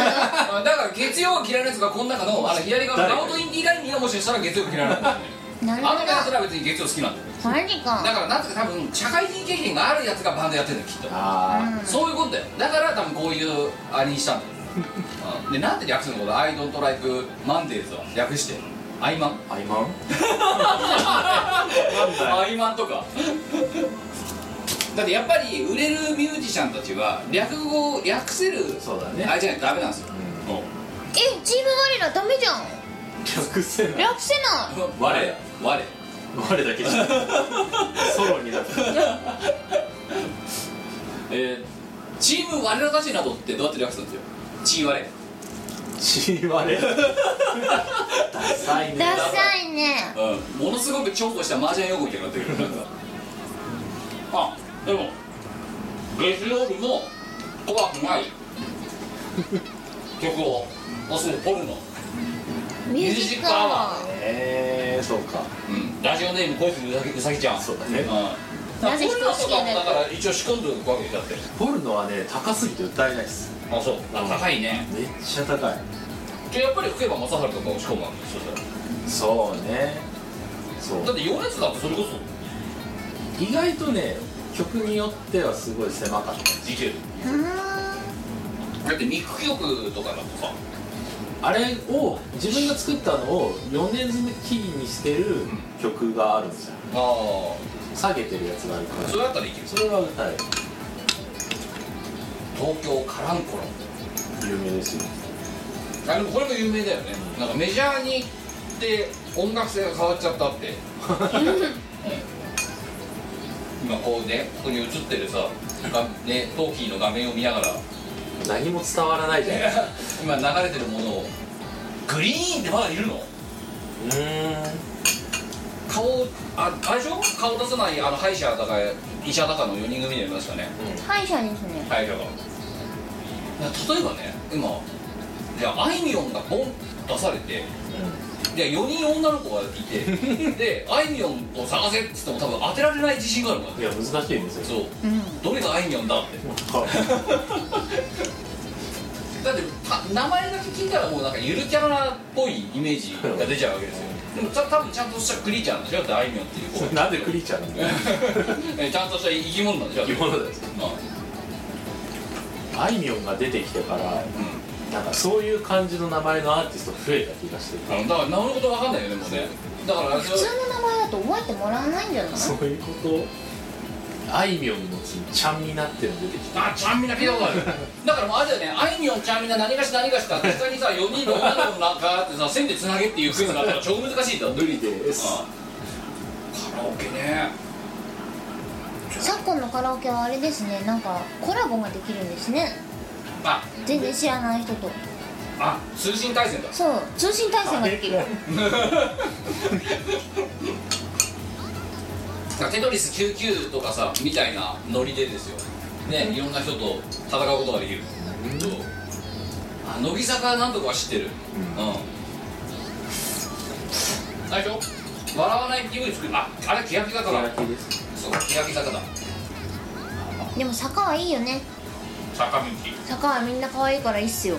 Speaker 3: あだから月曜は嫌いなやつがこの中のあの左側の
Speaker 5: 誰
Speaker 3: ナオトインディラインがもしかしたら月曜嫌いなんだよね
Speaker 1: な
Speaker 3: あ
Speaker 1: る
Speaker 3: の
Speaker 1: ほ
Speaker 3: 方たちは別に月曜好きなんだよ
Speaker 1: どマジ
Speaker 3: だ
Speaker 1: か
Speaker 3: からなぜか多分社会人経験があるやつがバンドやってるんだよきっと
Speaker 5: あ
Speaker 1: うん
Speaker 3: そういうことだよだから多分こういうあれにしたんだようんでなんで略すのこの「I don't like Mondays」は略して
Speaker 5: あ
Speaker 3: アイマン
Speaker 5: アイマン
Speaker 3: アイマンとかだってやっぱり売れるミュージシャンたちは略語を略せる
Speaker 5: そうだね
Speaker 3: あれじゃないとダメなんですよ、
Speaker 1: えチーム我らダメじゃん
Speaker 5: 逆せな
Speaker 1: 略せない
Speaker 5: 我
Speaker 3: 我
Speaker 5: 我だけじ ゃソロになった
Speaker 3: えー、チーム我らたちなどってどうやって略すんですよチー我
Speaker 5: ちわれダサいね
Speaker 1: ダサいね
Speaker 3: うんものすごく重宝した麻雀用語みたいになってくるなんか あでも月曜日も怖く ない曲をあそうポルノ
Speaker 1: ミュージックアワー
Speaker 5: えー、そうか
Speaker 3: うんラジオネーム恋するうさぎちゃん
Speaker 5: そうだね
Speaker 3: うん
Speaker 1: なぜ
Speaker 3: ポルノとかもだから一応仕込んでおくわけだって
Speaker 5: ポルノはね高すぎて歌えないっす
Speaker 3: あそう高いね
Speaker 5: めっちゃ高い
Speaker 3: じゃあやっぱり福山雅治とかを仕込むわけでしょ
Speaker 5: そうねそう
Speaker 3: だって米津だってそれこ
Speaker 5: 意外とね曲によってはすごい狭かった
Speaker 3: そいける
Speaker 1: うーん
Speaker 3: だってミック曲とかだとさ
Speaker 5: あれを自分が作ったのを4年キーにしてる曲があるんですよ
Speaker 3: ああ
Speaker 5: 下げてるやつがあるから
Speaker 3: それだったらいける
Speaker 5: それは歌える
Speaker 3: 東京カランコロン
Speaker 5: 有名ですよ
Speaker 3: あでもこれも有名だよねなんかメジャーに行って音楽性が変わっちゃったって、今こうねここに映ってるさがねトーキーの画面を見ながら
Speaker 5: 何も伝わらないじゃないですか
Speaker 3: 今流れてるものをグリーンってまだいるの
Speaker 5: うーん
Speaker 3: 顔ああれでしょ顔出さないあの歯医者だか医者だかの4人組でやりましたね
Speaker 1: 歯医者ですね
Speaker 3: 歯医者がいや例えばね今いやあいみょんがボンと出されてで4人女の子がいて であいみょんを探せっつっても多分当てられない自信があるから
Speaker 5: いや難しいんですよ
Speaker 3: そう
Speaker 1: うん
Speaker 3: どれがあいみょんだってだってた名前だけ聞いたらもうなんかゆるキャラっぽいイメージが出ちゃうわけですよでもちゃ多分ちゃんとしたクリーチャーなんでしょだってあいみょんっていう子
Speaker 5: なんでクリーチャーなんだよ
Speaker 3: えちゃんとした生き物なんでしょ
Speaker 5: 生き物です
Speaker 3: まあ
Speaker 5: あいみょんが出てきてから
Speaker 3: う
Speaker 5: なんかそういう感じの名前のアーティスト増えた気がしてる
Speaker 3: んあのだからなおのことわかんないよねもうねだから
Speaker 1: 普通の名前だと覚えてもらわないんじゃない
Speaker 5: そういうことあいみょんの次ちゃんになってるの出てきた
Speaker 3: あちゃんみな聞いたことあるだからもうあれだよねあいみょんちゃんみな何かし何かしたって下にさ4人の女の子の中あってさ線でつなげっていうクイズがあったら超難しいんだよ
Speaker 5: 無理です
Speaker 3: カラオケね
Speaker 1: 昨今のカラオケはあれですねなんかコラボができるんですね
Speaker 3: あ
Speaker 1: 全然知らない人と
Speaker 3: あ通信対戦だ
Speaker 1: そう通信対戦ができる
Speaker 3: テトリス99とかさみたいなノリでですよねいろんな人と戦うことができるそうあ乃木坂なんとかは知ってるうん最初笑わない PV 作るああれ欅坂だそう欅坂だ
Speaker 1: でも坂はいいよね
Speaker 3: 坂道
Speaker 1: 坂はみんな可愛いからいいっすよ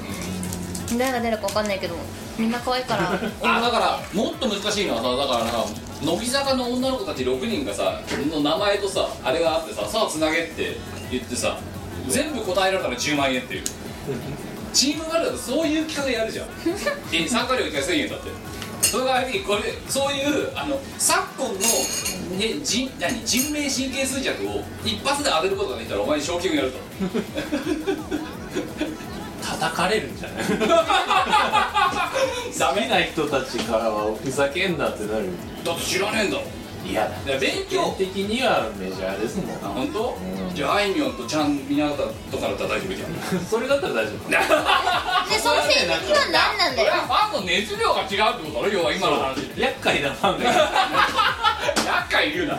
Speaker 1: 誰が誰か分かんないけどみんな可愛いから
Speaker 3: あだからもっと難しいのはさだからなんか乃木坂の女の子たち6人がさの名前とさあれがあってささあつなげって言ってさ全部答えられたら10万円っていうチームワールドだとそういう企画やるじゃんえ参加料1回1000円だってそれがあれこれそういうあの昨今の、ね、人何人命神経衰弱を一発で当てることができたらお前に賞金をやると
Speaker 5: 叩かれるんじゃ ない
Speaker 3: ダ
Speaker 5: 好き
Speaker 3: メだ
Speaker 5: な人たちからはふざけんなってなる
Speaker 3: だって知らねえんだろ
Speaker 5: 嫌だ
Speaker 3: いや勉
Speaker 5: 基本
Speaker 3: 強
Speaker 5: 的にはメジャーですも
Speaker 3: あ
Speaker 5: ん
Speaker 3: 本当
Speaker 5: うん
Speaker 3: じゃああいみょんとちゃんみなたとかだったら大丈夫じゃん
Speaker 5: それだったら大丈夫
Speaker 1: でその線引きは何なんだ
Speaker 3: 俺
Speaker 1: よ
Speaker 3: はファンの熱量が違うってことだろ要は今の話で
Speaker 5: 厄介なファンがいる
Speaker 3: 厄介言うな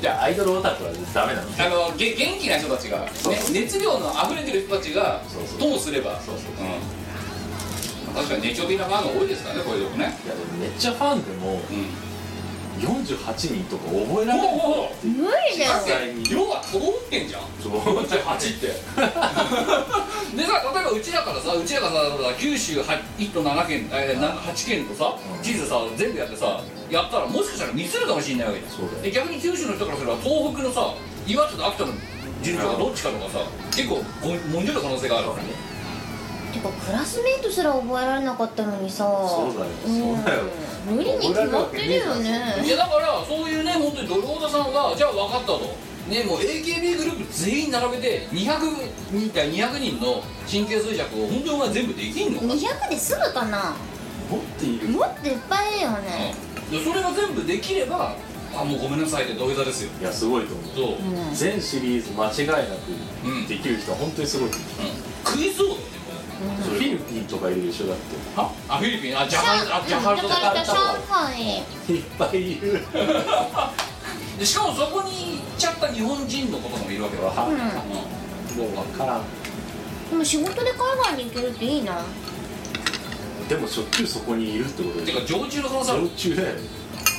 Speaker 5: じゃあアイドルオタクはダメなの
Speaker 3: あのげ元気な人たちが、ね、熱量の溢れてる人たちが
Speaker 5: そうそう
Speaker 3: ともすればそうそう、んまあ確かに熱狂的なファンが多いですからねこれでもね
Speaker 5: いやでもめっちゃファンでも
Speaker 3: うん
Speaker 5: 48人とか覚えられない
Speaker 3: おお
Speaker 1: 無理だよ
Speaker 3: だって要は都道府県じゃん48って でさ例えばうちらからさうちらがさ九州は1都7県えーな8県とさ地図さ全部やってさやったらもしかしたらミスるかもしれないわけです
Speaker 5: そうだよ
Speaker 3: で逆に九州の人からすれば東北のさ岩手と秋田の事務所がどっちかとかさ結構ごもんじゃる可能性があるわけね
Speaker 1: てかクラスメートすら覚えられなかったのにさ
Speaker 5: そうだよそうだよ
Speaker 1: ん無理に決まってるよね
Speaker 3: でだからそういうね本当にドルオタさんがじゃあ分かったとねもう AKB グループ全員並べて200人対200人の神経衰弱を本当にお前全部できんのかって
Speaker 1: 200で済むかな
Speaker 5: 持っている
Speaker 1: もっといっぱいいるよね
Speaker 3: でそれが全部できればあもうごめんなさいって土下座ですよ
Speaker 5: いやすごいと思う
Speaker 3: そう、
Speaker 1: うんうん
Speaker 5: 全シリーズ間違いな
Speaker 3: うん
Speaker 5: くできる人は本当にすごい、
Speaker 3: 食いそうだよね
Speaker 5: フィリピンとかいるでしょだって
Speaker 3: はあフィリピンあジ
Speaker 1: 上
Speaker 3: ャカルタあジャカルタ
Speaker 1: うんジャカルタ上海
Speaker 5: いっぱいいる
Speaker 3: でしかもそこに行っちゃった日本人のこともいるわけよ、
Speaker 5: は
Speaker 1: う
Speaker 5: もう分からん
Speaker 1: んでも仕事で海外に行けるっていいな
Speaker 5: でもしょっちゅうそこにいるってこと
Speaker 3: て
Speaker 5: で
Speaker 3: か常駐の可能性ある
Speaker 5: 常駐だよね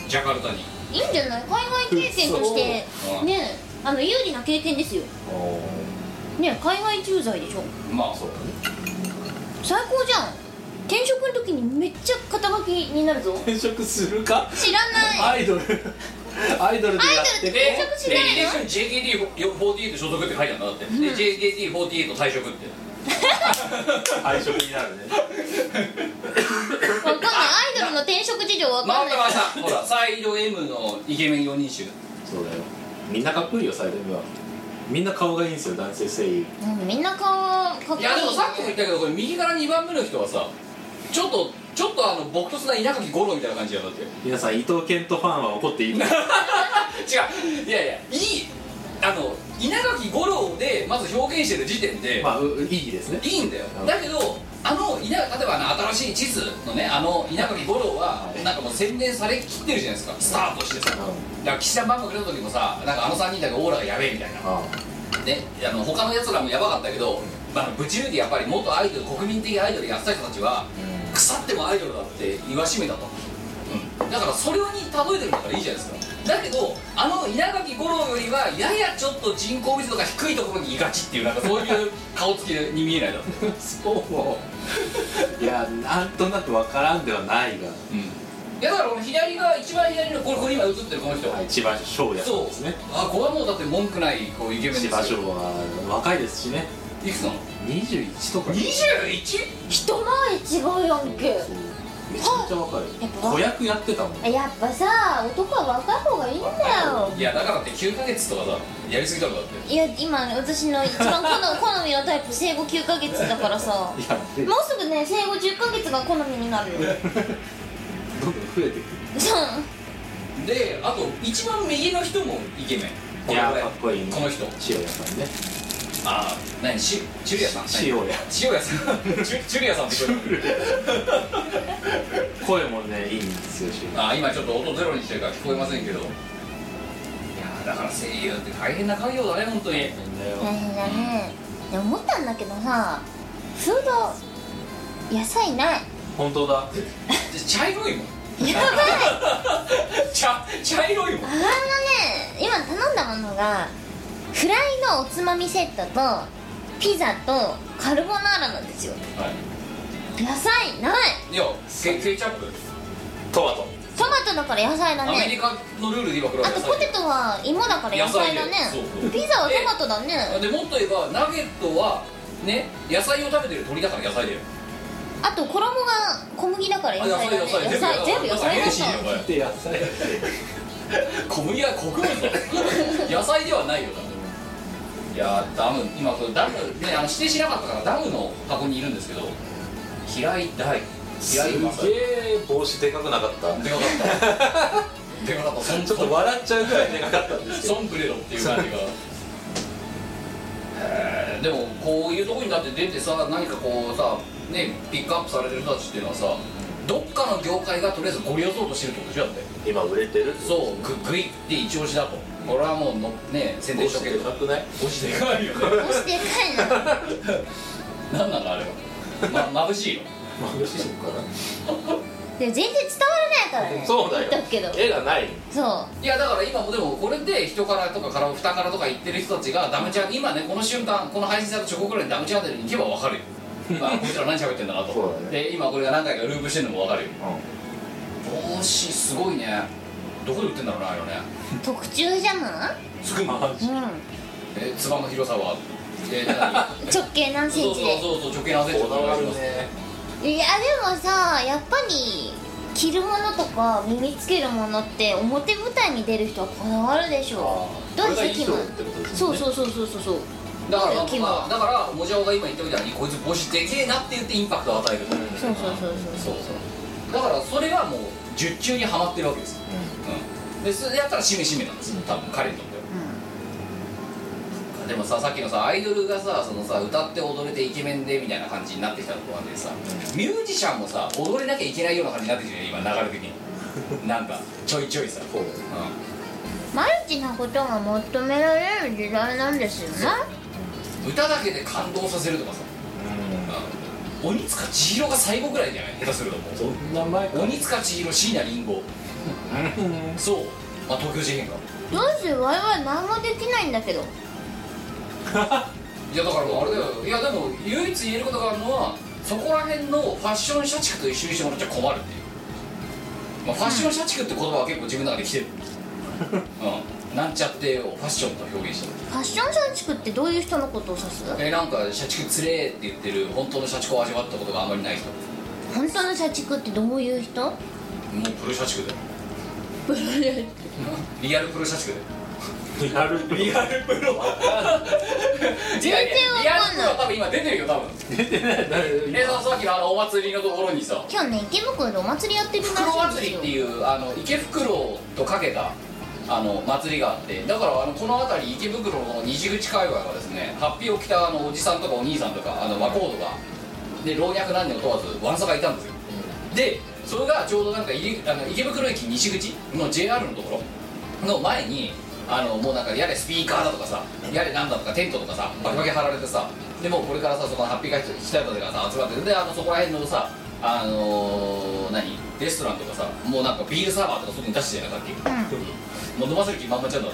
Speaker 3: ジャカルタに
Speaker 1: いいんじゃない海外経験として
Speaker 3: そう
Speaker 1: ねあの有利な経験ですよね海外駐在でしょ
Speaker 3: まあそう
Speaker 1: 最高じゃん転職の時にめっちゃ肩書きになるぞ
Speaker 5: 転職するか
Speaker 1: 知らない
Speaker 5: アイドルアイド
Speaker 1: アイドルで
Speaker 5: ルでやってこ
Speaker 1: 転職しないの
Speaker 3: えー一緒に JKT48 所属って書いてあるんだだって、で JKT48 退職って
Speaker 5: う配色になるね
Speaker 1: わかんないアイドルの転職事情わか
Speaker 3: 回
Speaker 1: ん
Speaker 3: っ
Speaker 1: な
Speaker 3: た
Speaker 1: い
Speaker 3: 回ったほらサイド M のイケメン4人衆
Speaker 5: そうだよみんなかっこいいよ最近はみんな顔がいいんですよ男性声優
Speaker 1: うんみんな顔かっこいい
Speaker 3: いやでもさっきも言ったけどこれ右から2番目の人はさちょっとちょっとあの朴突な稲垣吾郎みたいな感じだよだ って
Speaker 5: 皆さん伊藤健人ファンは怒っていいの
Speaker 3: 違ういやいやいいあの稲垣吾郎でまず表現してる時点で、
Speaker 5: まあういいですね
Speaker 3: いいんだよ
Speaker 5: うん
Speaker 3: だけどあの稲例えばあの新しい地図のねあの稲垣吾郎は
Speaker 5: はい
Speaker 3: なんかもう宣伝されきってるじゃないですかスタートしてさだか
Speaker 5: う
Speaker 3: ら岸田万博出た時もさなんかあの3人だけオーラがやべえみたいな
Speaker 5: あ
Speaker 3: ねあの他のやつらもやばかったけど、まあ、ぶち抜いてやっぱり元アイドル国民的アイドルやってた人たちは腐ってもアイドルだって言わしめたと、うん、だからそれに例えてるんだからいいじゃないですかだけどあの稲垣吾郎よりはややちょっと人口密度が低いところにいがちっていうなんかそう いう顔つきに見えないだろう、
Speaker 5: そういやなんとなくわからんではない
Speaker 3: ん、
Speaker 5: が、
Speaker 3: いやだからこの左側一番左のこれこれ今映ってるこの人、
Speaker 5: はい、千葉翔也さん
Speaker 3: そう
Speaker 5: ですね
Speaker 3: あこれはもうだって文句ないこうイケメンです
Speaker 5: 千
Speaker 3: よ
Speaker 5: 葉翔は若いですしね
Speaker 3: いくつなの
Speaker 5: 21とか
Speaker 3: 21?
Speaker 1: 一回り違うやんけ
Speaker 5: そうめちゃめちゃ若い
Speaker 1: やっぱ
Speaker 5: 子役やってたもん
Speaker 1: やっぱさ男は若い方がいいんだよ
Speaker 3: いやだからって9ヶ月とかさやりすぎたのだって
Speaker 1: いや今私の一番好 好みのタイプ生後9ヶ月だからさ
Speaker 5: いやで
Speaker 1: もうすぐね生後10ヶ月が好みになるよ
Speaker 5: どんどん増えてく
Speaker 1: そう
Speaker 3: であと一番右の人もイケメン
Speaker 5: るいやかっこいいね
Speaker 3: この人
Speaker 5: 塩屋さんね
Speaker 3: ああ何しチュリアさん
Speaker 5: 塩屋
Speaker 3: 塩屋さんチュチュリアさんって言う
Speaker 5: 声もねいいんですよ塩屋
Speaker 3: ああ今ちょっと音ゼロにしてるから聞こえませんけどいやーだから声優って大変な家業だ ね本当に
Speaker 5: だよ
Speaker 1: 大変だねでも思ったんだけどさフード野菜ない
Speaker 5: 本当だ
Speaker 3: で茶色いもん
Speaker 1: やばい
Speaker 3: 茶茶色いもん
Speaker 1: あのね今頼んだものがフライのおつまみセットとピザとカルボナーラなんですよ野菜ない
Speaker 3: いやケケチャップ
Speaker 5: トマト
Speaker 1: トマトだから野菜だ
Speaker 3: アメリ
Speaker 1: ね
Speaker 3: カのルールで今これは
Speaker 1: あとポテトは芋だから野菜だね
Speaker 3: 野菜だよそうそう
Speaker 1: ピザはトマトだね
Speaker 3: でもっと言えばナゲットはね野菜を食べてる鳥だから野菜だよ
Speaker 1: あと衣が小麦だから
Speaker 3: あ
Speaker 1: 野菜だね野菜全部野菜だ
Speaker 3: ヘル
Speaker 1: っ
Speaker 3: シーよこれ
Speaker 5: で野菜
Speaker 3: 小麦は穀物だ野菜ではないよ多分いやーダム今これダムねあの指定しなかったからダムの箱にいるんですけど平井大平井正
Speaker 5: げえ帽子でかくなかった
Speaker 3: でかかったでかかったそん
Speaker 5: ちょっと笑っちゃうぐらいでかかったんですけど
Speaker 3: ソンブレロっていう感じがへーでもこういうとこにだって出てさ何かこうさねピックアップされてる人たちっていうのはさどっかの業界がとりあえずご利用そうとしてるってことじゃんって
Speaker 5: 今売れてる
Speaker 3: そうググイって一押しだとこれはもうのね宣
Speaker 5: 帽
Speaker 3: 伝しと
Speaker 5: 子
Speaker 3: け
Speaker 5: で
Speaker 3: る
Speaker 5: かくない
Speaker 3: 押しでかいよね
Speaker 1: そしてかいな
Speaker 3: なんなのあれはま眩しいよ
Speaker 5: 眩しいのか
Speaker 1: でも全然伝わらないからね
Speaker 5: なそうだよ
Speaker 1: 言っとくけど
Speaker 5: 絵がない
Speaker 1: そう
Speaker 3: いやだから今もでもこれで人からとかから蓋からとか言ってる人たちがダムチャン今ねこの瞬間この配信された直後くらいにダムチャンネルに行けば分かるよ今こいつら何喋ってんだなと
Speaker 5: そうだね
Speaker 3: で今これが何回かループしてるのも分かるよ帽子すごいねどこで売ってんだろうなあれはね
Speaker 1: 特注じゃない
Speaker 5: つくま
Speaker 1: うん
Speaker 3: えつばの広さはで 何
Speaker 1: 直径何セ
Speaker 3: そ
Speaker 1: ン
Speaker 3: う
Speaker 1: チ
Speaker 3: そう
Speaker 1: で
Speaker 3: そうそう直径何センチ
Speaker 5: こだわる
Speaker 3: ます
Speaker 5: ね
Speaker 1: いやでもさやっぱり着るものとか身につけるものって表舞台に出る人はこだわるでしょどう
Speaker 5: これがい
Speaker 1: です
Speaker 5: い人
Speaker 1: か
Speaker 5: っ
Speaker 1: キ
Speaker 5: てことですね
Speaker 1: そうそうそうそうそうそう
Speaker 3: だから
Speaker 1: ど
Speaker 3: な
Speaker 1: うんですキム
Speaker 3: か、ま
Speaker 1: は
Speaker 3: あ、だからもじゃおが今言ったみたいにこいつ帽子でけえなって言ってインパクトを与えると、
Speaker 5: うん
Speaker 1: そうそうそうそう
Speaker 3: そうだからそれがもう術中にはまってるわけですよ、うんでそれやったらしめしめなんですよ多分彼にとっては、でもささっきのさアイドルがさそのさ歌って踊れてイケメンでみたいな感じになってきたところなんでさ、ミュージシャンもさ踊れなきゃいけないような感じになってきてるよ今流れ的 になんかちょいちょいさ
Speaker 5: こう
Speaker 1: マルチなことが求められる時代なんですよね
Speaker 3: うん、歌だけで感動させるとかさ、うん、鬼塚千尋が最後ぐらいじゃない下手するともう
Speaker 5: そんな前か
Speaker 3: 鬼塚千尋椎名林檎そうまあ東京事変か
Speaker 1: どうして我々何もできないんだけど
Speaker 3: いやだからあれだよいやでも唯一言えることがあるのはそこら辺のファッション社畜と一緒にしてもらっちゃ困るっていう、まあ、ファッション社畜って言葉は結構自分の中で来てるうんなんちゃってをファッションと表現してる
Speaker 1: ファッション社畜ってどういう人のことを指す
Speaker 3: えなんか社畜つれーって言ってる本当の社畜を味わったことがあんまりない人も
Speaker 1: 本当の社畜ってどういう人
Speaker 3: うプロ社畜だよ
Speaker 1: プロレ
Speaker 3: リアルプロ社畜だよ
Speaker 5: リアルリアルプロ
Speaker 3: いやいや
Speaker 1: 全然わ
Speaker 3: リア
Speaker 1: かん
Speaker 3: ル
Speaker 1: ない
Speaker 3: プロは多分今出てるよ多分
Speaker 5: 出てない
Speaker 3: えそのさっきのあのお祭りのところにさ
Speaker 1: 今日ね池袋でお祭りやってるらし
Speaker 3: 袋
Speaker 1: いんで
Speaker 3: 祭
Speaker 1: す
Speaker 3: り
Speaker 1: よ
Speaker 3: っていうあの池袋とかけたあの祭りがあってだからあのこの辺り池袋の西口界隈はですねハッピーを着たあのおじさんとかお兄さんとかあの若人がで老若男女問わずわんさかいたんですよでそれがちょうどなんか入りあの池袋駅西口の JR のところの前にあのもうなんかやれスピーカーだとかさやれなんだとかテントとかさバキバキ張られてさでもうこれからさそこのハッピー会社来た人がさ集まってであのそこら辺のさあのー、何レストランとかさもうなんかビールサーバーとか外に出してたよなさっきもう飲ませる気満々ちゃうんだっ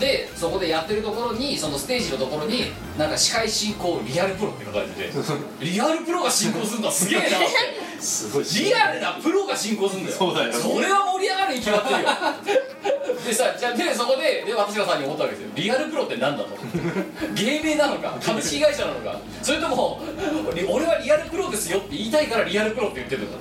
Speaker 3: て、でそこでやってるところにそのステージのところになんか司会進行リアルプロって書かれて てリアルプロが進行するんだすげえなって
Speaker 5: すごい
Speaker 3: リアルなプロが進行するんだよ
Speaker 5: そうだよ
Speaker 3: それは盛り上がるに決まってるよ でさじゃあでそこでで私がさんに思ったわけですよリアルプロってなんだと芸名なのか株式会社なのかそれともり俺はリアルプロですよって言いたいからリアルプロって言ってるんだ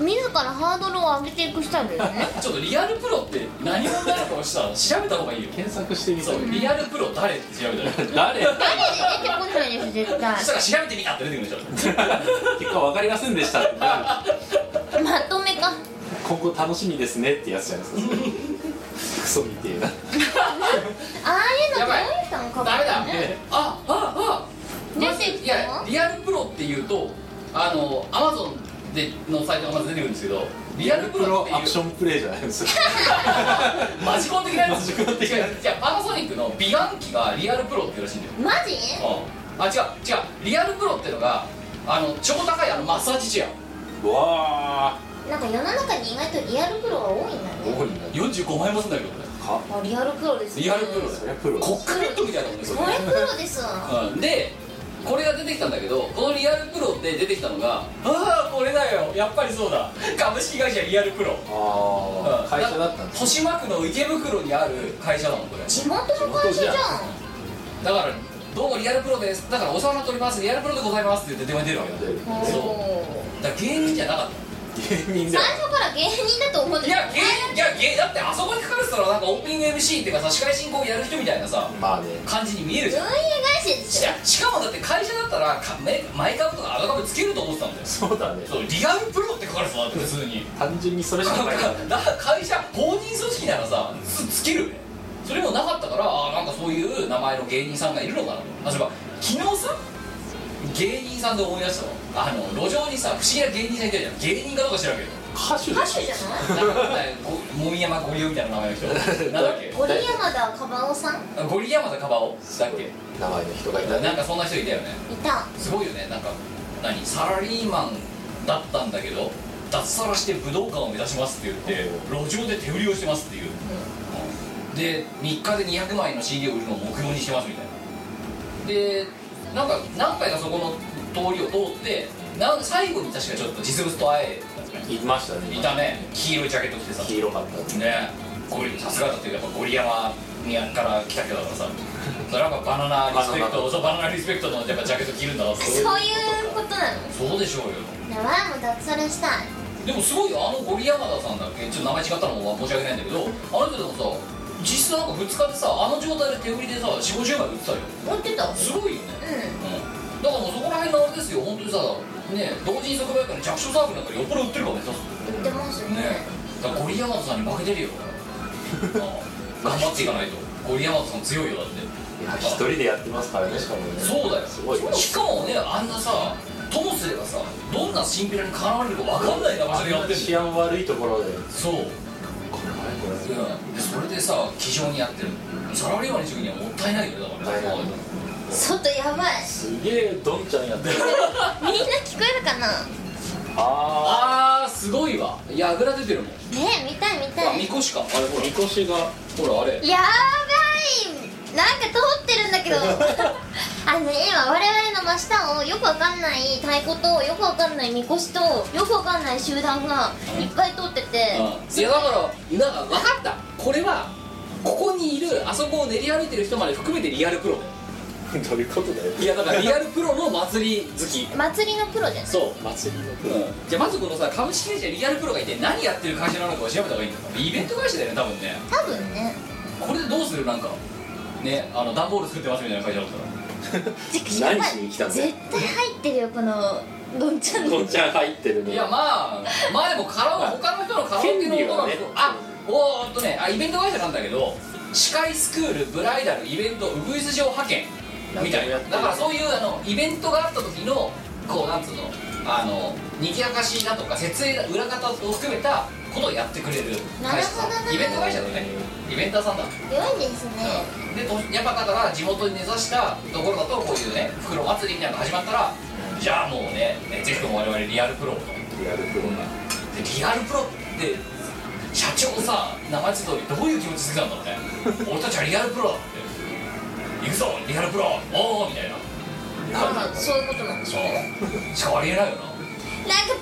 Speaker 1: 自らハードルを上げていくスタイルだよ ね
Speaker 3: ちょっとリアルプロって何者なのかをしたら調べた方がいいよ
Speaker 5: 検索してみた
Speaker 3: そうリアルプロ誰って調べたら
Speaker 5: 誰
Speaker 1: 誰で出てこないです絶
Speaker 3: そ
Speaker 1: 対
Speaker 3: したら調べてみたって出てくるでしょ
Speaker 5: 結果わかりませんでしたってなる
Speaker 1: まとめか
Speaker 5: 今後楽しみですねってやつじゃない ですかクソみてえな
Speaker 1: ああいうのどう
Speaker 3: やばい
Speaker 1: いう人もか
Speaker 3: ダメだ
Speaker 1: るね
Speaker 3: あああ
Speaker 1: 出
Speaker 3: まず
Speaker 1: てきた
Speaker 3: いやリアルプロっていうとあのアマゾンでのサイトがまず出てくるんですけどリアルプロって
Speaker 5: アクシ
Speaker 3: いう
Speaker 5: ョンプレイじゃないですか
Speaker 3: マジコン的なやつ
Speaker 5: マジコン的なや
Speaker 3: じゃパナソニックの美顔器がリアルプロっていうらしいんだよ
Speaker 1: マジ
Speaker 3: あ違う違うリアルプロっていうのがあの超高いあのマッサージチェア
Speaker 5: わあ
Speaker 1: なんか世の中に意外とリアルプロが多いんだね
Speaker 5: 多いな
Speaker 3: 45万円もすんだけどね
Speaker 5: か
Speaker 1: あリアルプロですね
Speaker 3: リアルプロだよ
Speaker 5: そりゃプロ
Speaker 3: コックピットみたいなもんねそれ
Speaker 1: これプロですわ
Speaker 3: うんでこれが出てきたんだけどこのリアルプロで出てきたのがああこれだよやっぱりそうだ株式会社リアルプロ、う
Speaker 5: ああ
Speaker 3: ん
Speaker 5: 会社だったんです
Speaker 3: 豊島区の池袋にある会社なのこれ
Speaker 1: 地元の会社じゃん
Speaker 3: だからどうもリアルプロですだからお世話になっておりますリアルプロでございますって言って電話に出るわけだよ
Speaker 1: おー
Speaker 3: だから芸人じゃなかった
Speaker 5: 芸人だ
Speaker 1: 最初から芸人だと思って
Speaker 3: い
Speaker 1: た
Speaker 3: や芸人いや芸だってあそこに書かれてたらなんかオープニング MC っていうかさ司会進行やる人みたいなさ
Speaker 5: まあね
Speaker 3: 感じに見えるじ
Speaker 1: 運営
Speaker 3: ゃん
Speaker 1: 会社です
Speaker 3: し
Speaker 1: よ
Speaker 3: しかもだって会社だったらか前前株とか赤株つけると思ってたんだよ
Speaker 5: そうだね
Speaker 3: そうリアルプロって書かれてたんだよ普通に
Speaker 5: 単純にそれしかないから
Speaker 3: だから会社法人組織ならさつつけるよねそれもなかったからあーなんかそういう名前の芸人さんがいるのかなとあそういえば昨日さ芸人さんで思い出したわあの路上にさ不思議な芸人さんいたじゃん芸人かどうか知らんけど
Speaker 5: 歌手
Speaker 1: 歌
Speaker 5: でし
Speaker 1: 手じゃない
Speaker 3: なんかねごもみ山ゴリオみたいな名前の人なんだっけ
Speaker 1: ゴリ山田カバオさん
Speaker 3: あゴリ山田カバオだっけ
Speaker 5: ょ名前の人がいた
Speaker 3: な
Speaker 5: ね
Speaker 3: んかそんな人いたよね
Speaker 1: いた
Speaker 3: すごいよねなんか何サラリーマンだったんだけど脱サラして武道館を目指しますって言って路上で手売りをしてますっていう、で3日で200枚の CD を売るのを目標にしてますみたいなでなんか何回かそこの通りを通ってなん最後に確かちょっと実物と会えたんですね
Speaker 5: いましたね
Speaker 3: いたね黄色いジャケット着てさ
Speaker 5: 黄色かったね
Speaker 3: ねゴリさすがだってやっぱゴリ山宮城から来たけどさそれはやっぱバナナリスペクトそうバナナリスペクトのやっぱジャケット着るんだなって
Speaker 1: そういうことなの
Speaker 3: そうでしょうよ
Speaker 1: やばいもう脱サラしたい
Speaker 3: でもすごいよあのゴリ山田さんだっけちょっと名前違ったのも申し訳ないんだけどあの人でもさ実質なんか2日でさあの状態で手売りでさ4 5 0枚売ってたよ
Speaker 1: 持ってたうん
Speaker 3: すごいよねうんだからもうそこら辺のあれですよ本当にさね同時に即売会の弱小サークルなんかよっぽど売ってるからね
Speaker 1: 売ってますね
Speaker 3: ねだからゴリヤマトさんに負けてるようん頑張っていかないとゴリヤマトさん強いよだって
Speaker 5: いや一人でやってますからねしかもね
Speaker 3: そうだよ
Speaker 5: すごいよ
Speaker 3: しかもねあんなさともすればさどんな新ピラに絡まれるか分かんないな場所でやってる
Speaker 5: 治安悪いところで
Speaker 3: そう
Speaker 5: これこれこれ
Speaker 3: うんでそれでさ気丈にやってるサラリーマンにするにはもったいないよねだからね
Speaker 5: もったいない
Speaker 1: 外やばい
Speaker 5: すげえドンちゃんやってる
Speaker 1: みんな聞こえるかな
Speaker 5: あ
Speaker 3: あーすごいわやぐら出てるもん
Speaker 1: ね見たい見
Speaker 3: あ
Speaker 1: たい
Speaker 3: みこしかあれほ
Speaker 5: あ
Speaker 3: ら
Speaker 5: みこしが
Speaker 3: ほらあれ
Speaker 1: やばいなんか通ってるんだけどあのね今我々の真下をよくわかんない太鼓とよくわかんないみこしとよくわかんない集団がいっぱい通ってて
Speaker 3: いやだからなんか分かったこれはここにいるあそこを練り歩いてる人まで含めてリアルプロ
Speaker 5: どういうことだよ
Speaker 3: いやだからリアルプロの祭り好き
Speaker 1: 祭りのプロじゃない
Speaker 3: そう
Speaker 5: 祭りのプ
Speaker 3: うんじゃあまずこのさ株式会社リアルプロがいて何やってる会社なのかを調べた方がいいんだよイベント会社だよね多分ね
Speaker 1: 多分ね
Speaker 3: これでどうするなんかねあの段ボール作ってますみたいな会社だったら
Speaker 5: 何しに来たんだよ
Speaker 1: 絶対入ってるよこのどんちゃんの
Speaker 5: ドンちゃん入ってるね
Speaker 3: いやまあまあでもカラオケ他の人のカラオケの
Speaker 5: 権利
Speaker 3: 音が、
Speaker 5: はね
Speaker 3: あおーっとねあイベント会社なんだけど司会スクールブライダルイベントウグイス城派遣みたいなだからそういうあのイベントがあった時のこうなんつうのあの賑やかしだとか設営だ裏方を含めたことをやってくれる会社さ
Speaker 1: なるほどね
Speaker 3: イベント会社だねイベンターさんだ
Speaker 1: 強いですね
Speaker 3: でとやっぱだから地元に根ざしたところだとこういうね袋祭りみたいなのが始まったらじゃあもうねぜひとも我々リアルプロをと
Speaker 5: リアルプロな
Speaker 3: でリアルプロって社長さ名前ついた通りどういう気持ちすぎたんだろう ね俺たちはリアルプロだって行くぞリアルプロおおみたいな
Speaker 1: 多分そういうことなんでしょうね
Speaker 3: そうしかもありえないよな
Speaker 1: なんか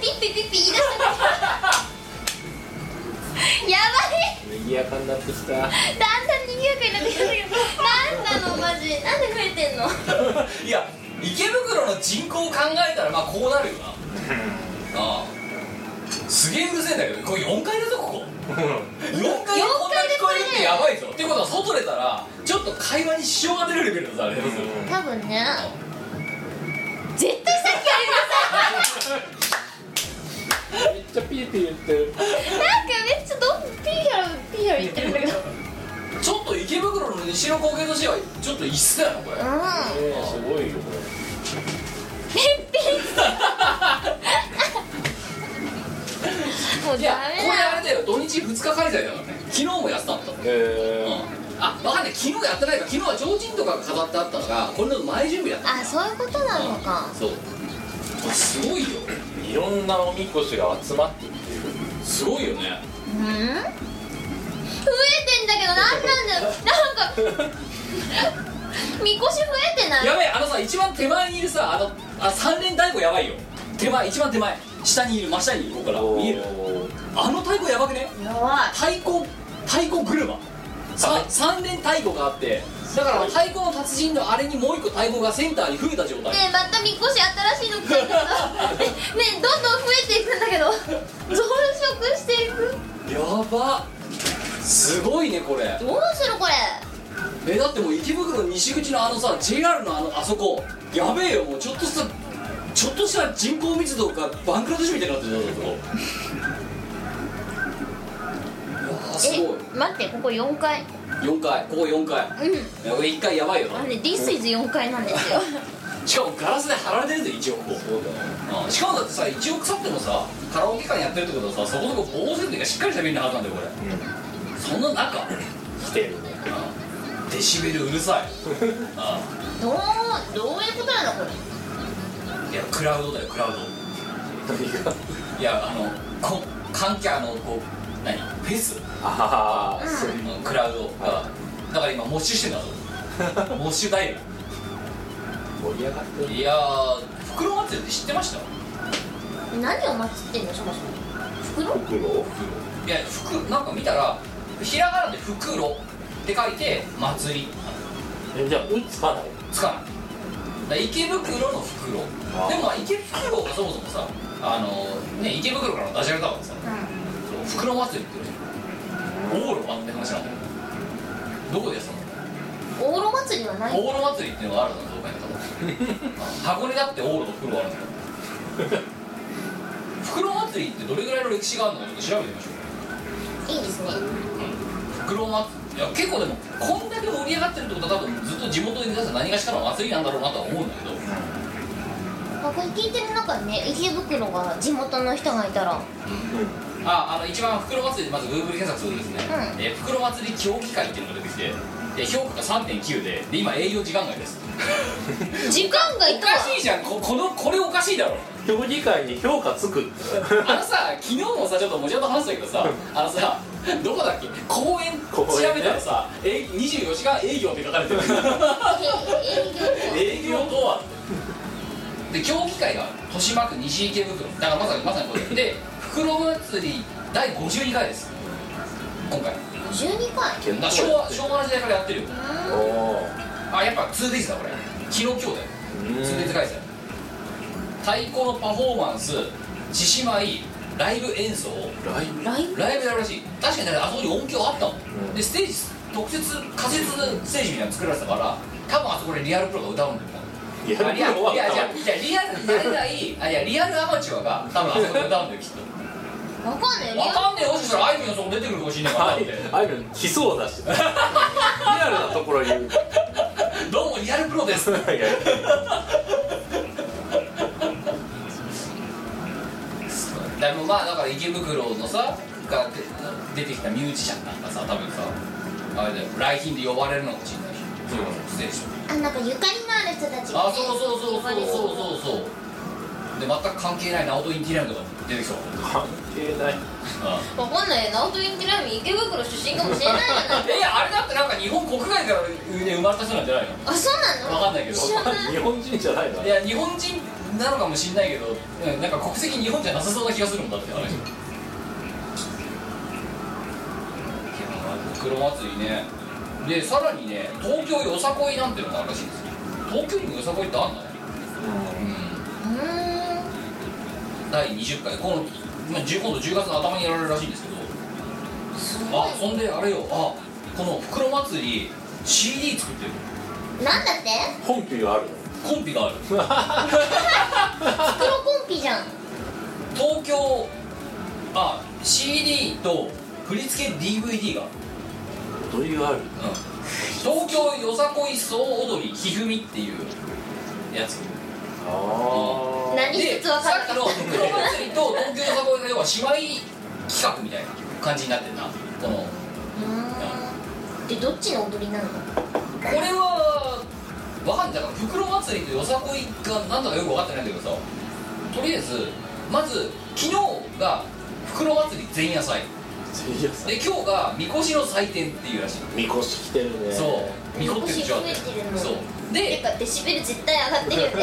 Speaker 1: ピッピピッピ言い出したやばい
Speaker 5: 賑やかになってきた
Speaker 1: だんだん賑やかになってきたけどなんなのマジなんで増えてんの
Speaker 3: いや池袋の人口を考えたらまあこうなるよな ああすげえうるせえんだけどこれ4階だぞここ4階でこんなに聞こえるってやばいぞっていうことは外出たらちょっと会話に支障が出るレベルだぞあれ
Speaker 1: 多分ね絶対さっきあ
Speaker 5: めっちゃピーピー言ってる
Speaker 1: りませんなんかめっちゃどんピーヒャラピーヒャラ言ってるんだけど
Speaker 3: ちょっと池袋の西の光景としてはちょっと異質だよなこれ
Speaker 1: うん
Speaker 5: ねすごいよこ
Speaker 1: ピッピッもう
Speaker 3: いや
Speaker 1: ダメ
Speaker 3: これあ
Speaker 1: だ
Speaker 3: れだよ土日2日開催だからね昨日もやってたんだ
Speaker 5: れへ
Speaker 3: うんあ分かんない昨日やってないか昨日は提灯とかが飾ってあったのがこれの前準備だった
Speaker 1: あそういうことなのか
Speaker 3: そうこれすごいよ
Speaker 5: えいろんなおみこしが集まってきてる
Speaker 3: すごいよね
Speaker 1: うん増えてんだけどなんなんだよなんかみこし増えてない
Speaker 3: やべえあのさ一番手前にいるさあのあ三連太鼓やばいよ手前一番手前下にいる真下にいるここから見えるあの太鼓やばくね
Speaker 1: やば
Speaker 3: 太鼓太鼓車さ三連太鼓があってだから太鼓の達人のあれにもう一個太鼓がセンターに増えた状態
Speaker 1: ねえまたみこし新しいの来たけど ねねえどんどん増えていくんだけど増殖していく
Speaker 3: やばすごいねこれ
Speaker 1: どうするこれ
Speaker 3: えだってもう池袋西口のあのさ JR のあのあそこやべえよもうちょっとしたちょっとした人口密度がバンクラデシュみたいになってるじゃんここいやーすごい
Speaker 1: え待ってここ4階
Speaker 3: 4階ここ4階
Speaker 1: うん
Speaker 3: いや1階やばいよ
Speaker 1: あ
Speaker 3: な
Speaker 1: のね This is 4階なんです よ
Speaker 3: しかもガラスで貼られてるんだよ一応こう
Speaker 5: そうだよ
Speaker 3: うんしかもだってさ一応腐ってもさカラオケ館やってるってことはさそこそこ防音設備がしっかりしたビルなはずなんだよこれ
Speaker 5: う
Speaker 3: その中
Speaker 5: ん来てるね
Speaker 3: うんデシベルうるさい
Speaker 1: どう
Speaker 3: う
Speaker 1: どういうことなのこれ
Speaker 3: んいやクラウドだよクラウド
Speaker 5: 何が
Speaker 3: いやあのこ観客のこう何フェス
Speaker 5: ああそういう
Speaker 3: のクラウドがだから今モッシュしてんだぞモッシュダイ
Speaker 5: 盛り上がって
Speaker 3: ブ
Speaker 5: る
Speaker 3: いやー袋祭りって知ってました
Speaker 1: 何を祭ってんのそもそも袋
Speaker 5: 袋
Speaker 3: いや服なんか見たらひらがなで袋って書いて祭り
Speaker 4: えじゃあ「う」つかない
Speaker 3: つかないだから池袋の袋
Speaker 4: あ
Speaker 3: でもまあ池袋がそもそもさあのね池袋からのダジャレだからさそう袋祭りって言うじゃんオーロマって話なんだよどこでやってたの
Speaker 1: オーロ祭りはない
Speaker 3: オーロ祭りっていうのがあるのどうかな箱根だってオーロと袋あるんだよ袋祭りってどれぐらいの歴史があるのかちょっと調べてみましょう
Speaker 1: いいですね
Speaker 3: 袋祭りいや結構でもこんだけ盛り上がってるってことは多分ずっと地元で出した何がしかの祭りなんだろうなとは思うんだけど
Speaker 1: あこれ聞いてる中でね池袋が地元の人がいたら
Speaker 3: ああの一番袋祭りでまず Google 検索するとですね、
Speaker 1: うん
Speaker 3: えー袋祭り協議会っていうのが出てきてで評価が3.9でで今営業時間外です
Speaker 1: 時間がい
Speaker 3: お
Speaker 1: た
Speaker 3: かしいじゃんここのこれおかしいだろ
Speaker 5: 評議会に評価つくって
Speaker 3: あのさ昨日もさちょっともちろん話したけどさあのさどこだっけ公園
Speaker 5: 公園ね
Speaker 3: 調べたらさ、え24時間営業って書かれ てる営業とはで競技会が豊島区西池袋だからまさにまさにこれで袋祭り第52回です今回だ
Speaker 1: 12回
Speaker 3: から昭和昭和の時代からやってるよ
Speaker 5: おお
Speaker 3: あやっぱ 2days だこれ昨日今日だよ
Speaker 5: ー
Speaker 3: 2days 開催太鼓のパフォーマンス獅子舞ライブ演奏
Speaker 5: ライブ
Speaker 1: ライブ
Speaker 3: ライブやるらしい確かにだからあそこに音響あったもん、でステージ特設仮設ステージみたいなの作られてたから多分あそこでリアルプロが歌うんだよ
Speaker 5: いや
Speaker 3: あリアル
Speaker 5: 終わっ
Speaker 3: いや
Speaker 5: た
Speaker 3: いやいやリアルになれないあいやリアルアマチュアが多分あそこで歌うんだよきっ と
Speaker 1: わかんないよ
Speaker 3: わかんねえよしかしたらあいみょんそこ出てくるかもしんないからな
Speaker 5: あ
Speaker 3: っ
Speaker 5: い
Speaker 3: て
Speaker 5: あいみょん来そうだしリアルなところにい
Speaker 3: どうもリアルプロです
Speaker 5: や
Speaker 3: でもまあだから池袋のさが出てきたミュージシャンなんかさ多分さあれだよ来賓で呼ばれるのかもしれないしそうかステージ
Speaker 1: あなんかゆかりのある人たちが
Speaker 3: あ
Speaker 1: ね
Speaker 3: そうそうそうそうそうそうそうで全く関係ないナオトインティライムとか出 てきそう
Speaker 5: 関係ない
Speaker 3: あ
Speaker 1: わかんないよナオトインティライム池袋出身かもしれないじゃない
Speaker 3: あいやあれだってなんか日本国外からね生まれた人なんじゃないの
Speaker 1: あそうなの
Speaker 3: わかんないけど
Speaker 1: 知らない
Speaker 5: 日本人じゃない ない
Speaker 3: や日本人なのかもしんないけどうんなんか国籍日本じゃなさそうな気がするもんだってあれいや黒祭りねでさらにね東京よさこいなんてのもあるらしいんですよ東京にもよさこいってあんだねうん
Speaker 1: うーん
Speaker 3: 第20回このまあ10今度10月の頭にやられるらしいんですけどあそんであれよあこの袋祭り CD 作ってる
Speaker 1: なんだって
Speaker 5: 本家がある
Speaker 3: コンピがある
Speaker 1: 袋コンピじゃん
Speaker 3: 東京あ CD と振り付け DVD がある、
Speaker 5: のどういうある
Speaker 3: 東京よさこい総踊りひふみっていうやつ
Speaker 5: あ
Speaker 1: 何一
Speaker 3: で
Speaker 1: つわ
Speaker 3: さ
Speaker 1: かんな
Speaker 3: っ
Speaker 1: か
Speaker 3: き
Speaker 1: った
Speaker 3: の袋祭りと東京よさこいが要は姉妹企画みたいな感じになってるなこの
Speaker 1: うーんでどっちの踊りなの
Speaker 3: これはわかんないだから袋祭りとよさこいが何だかよく分かってないんだけどさとりあえずまず昨日が袋祭り前夜祭
Speaker 5: いや
Speaker 3: で今日がみこしの祭典っていうらしい、
Speaker 5: みこし来てるね
Speaker 3: そうみこってるでしょ
Speaker 1: みこし増えてるの
Speaker 3: そう
Speaker 1: て
Speaker 3: で
Speaker 1: かデシベル絶対上がってるよね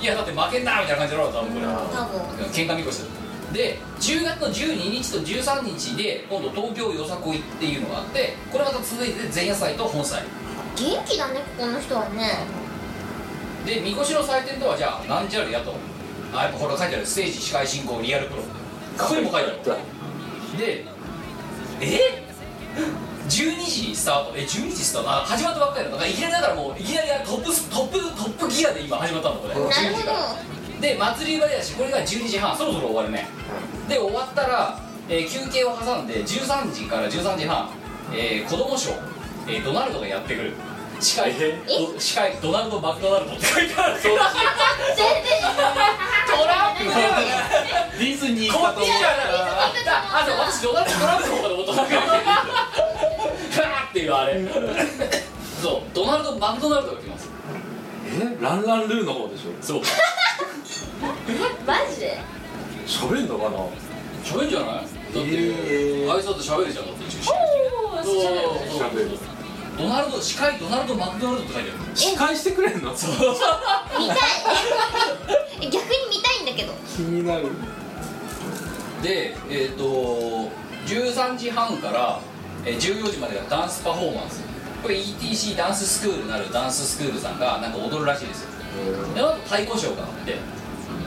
Speaker 3: いやだって負けんなみたいな感じだろ多分これ
Speaker 1: 多分
Speaker 3: 喧嘩みこしだで10月の12日と13日で今度東京よさこいっていうのがあってこれまた続いて前夜祭と本祭
Speaker 1: 元気だねここの人はね
Speaker 3: でみこしの祭典とはじゃあ何時あるやとあやっぱほら書いてあるステージ司会進行リアルプロここにも書いてあるでえ12時スタートえ12時スタートあ始まったばっかりだだからいきなりだからもういきなりトップストップトップギアで今始まったのこれ
Speaker 1: なる
Speaker 3: 12
Speaker 1: ほど
Speaker 3: 時からで祭り場だしこれが12時半そろそろ終わるねで終わったら、えー休憩を挟んで13時から13時半、えー、子供ショー、えードナルドがやってくる司会
Speaker 5: え
Speaker 3: ど司会ドナルド・マクドナルドって書いてあるト
Speaker 1: 全然
Speaker 3: ランプではない
Speaker 5: ディズニー
Speaker 3: こ
Speaker 5: か
Speaker 3: っ
Speaker 5: と
Speaker 3: ち
Speaker 5: 思
Speaker 3: じゃ
Speaker 5: っ
Speaker 3: ないああと私ドナルド・トランプの方で音が出てるファーっていうあれそうドナルド・マクドナルドが来ます
Speaker 5: えランランルーの方でしょ
Speaker 3: そう
Speaker 1: マジで
Speaker 5: 喋んのかな
Speaker 3: 喋んじゃないだって、
Speaker 5: えー
Speaker 3: あいつだって喋るじゃんだって一緒に
Speaker 6: おー知らない
Speaker 3: そうそうそうドナルド司会ドナルド・マクドナルドって書いてある
Speaker 5: 司会してくれんの
Speaker 1: 見たい逆に見たいんだけど
Speaker 5: 気になる
Speaker 3: でえっ、と13時半から、えー14時までがダンスパフォーマンスこれ ETC ダンススクールなるダンススクールさんがなんか踊るらしいですよであと太鼓ショーがあって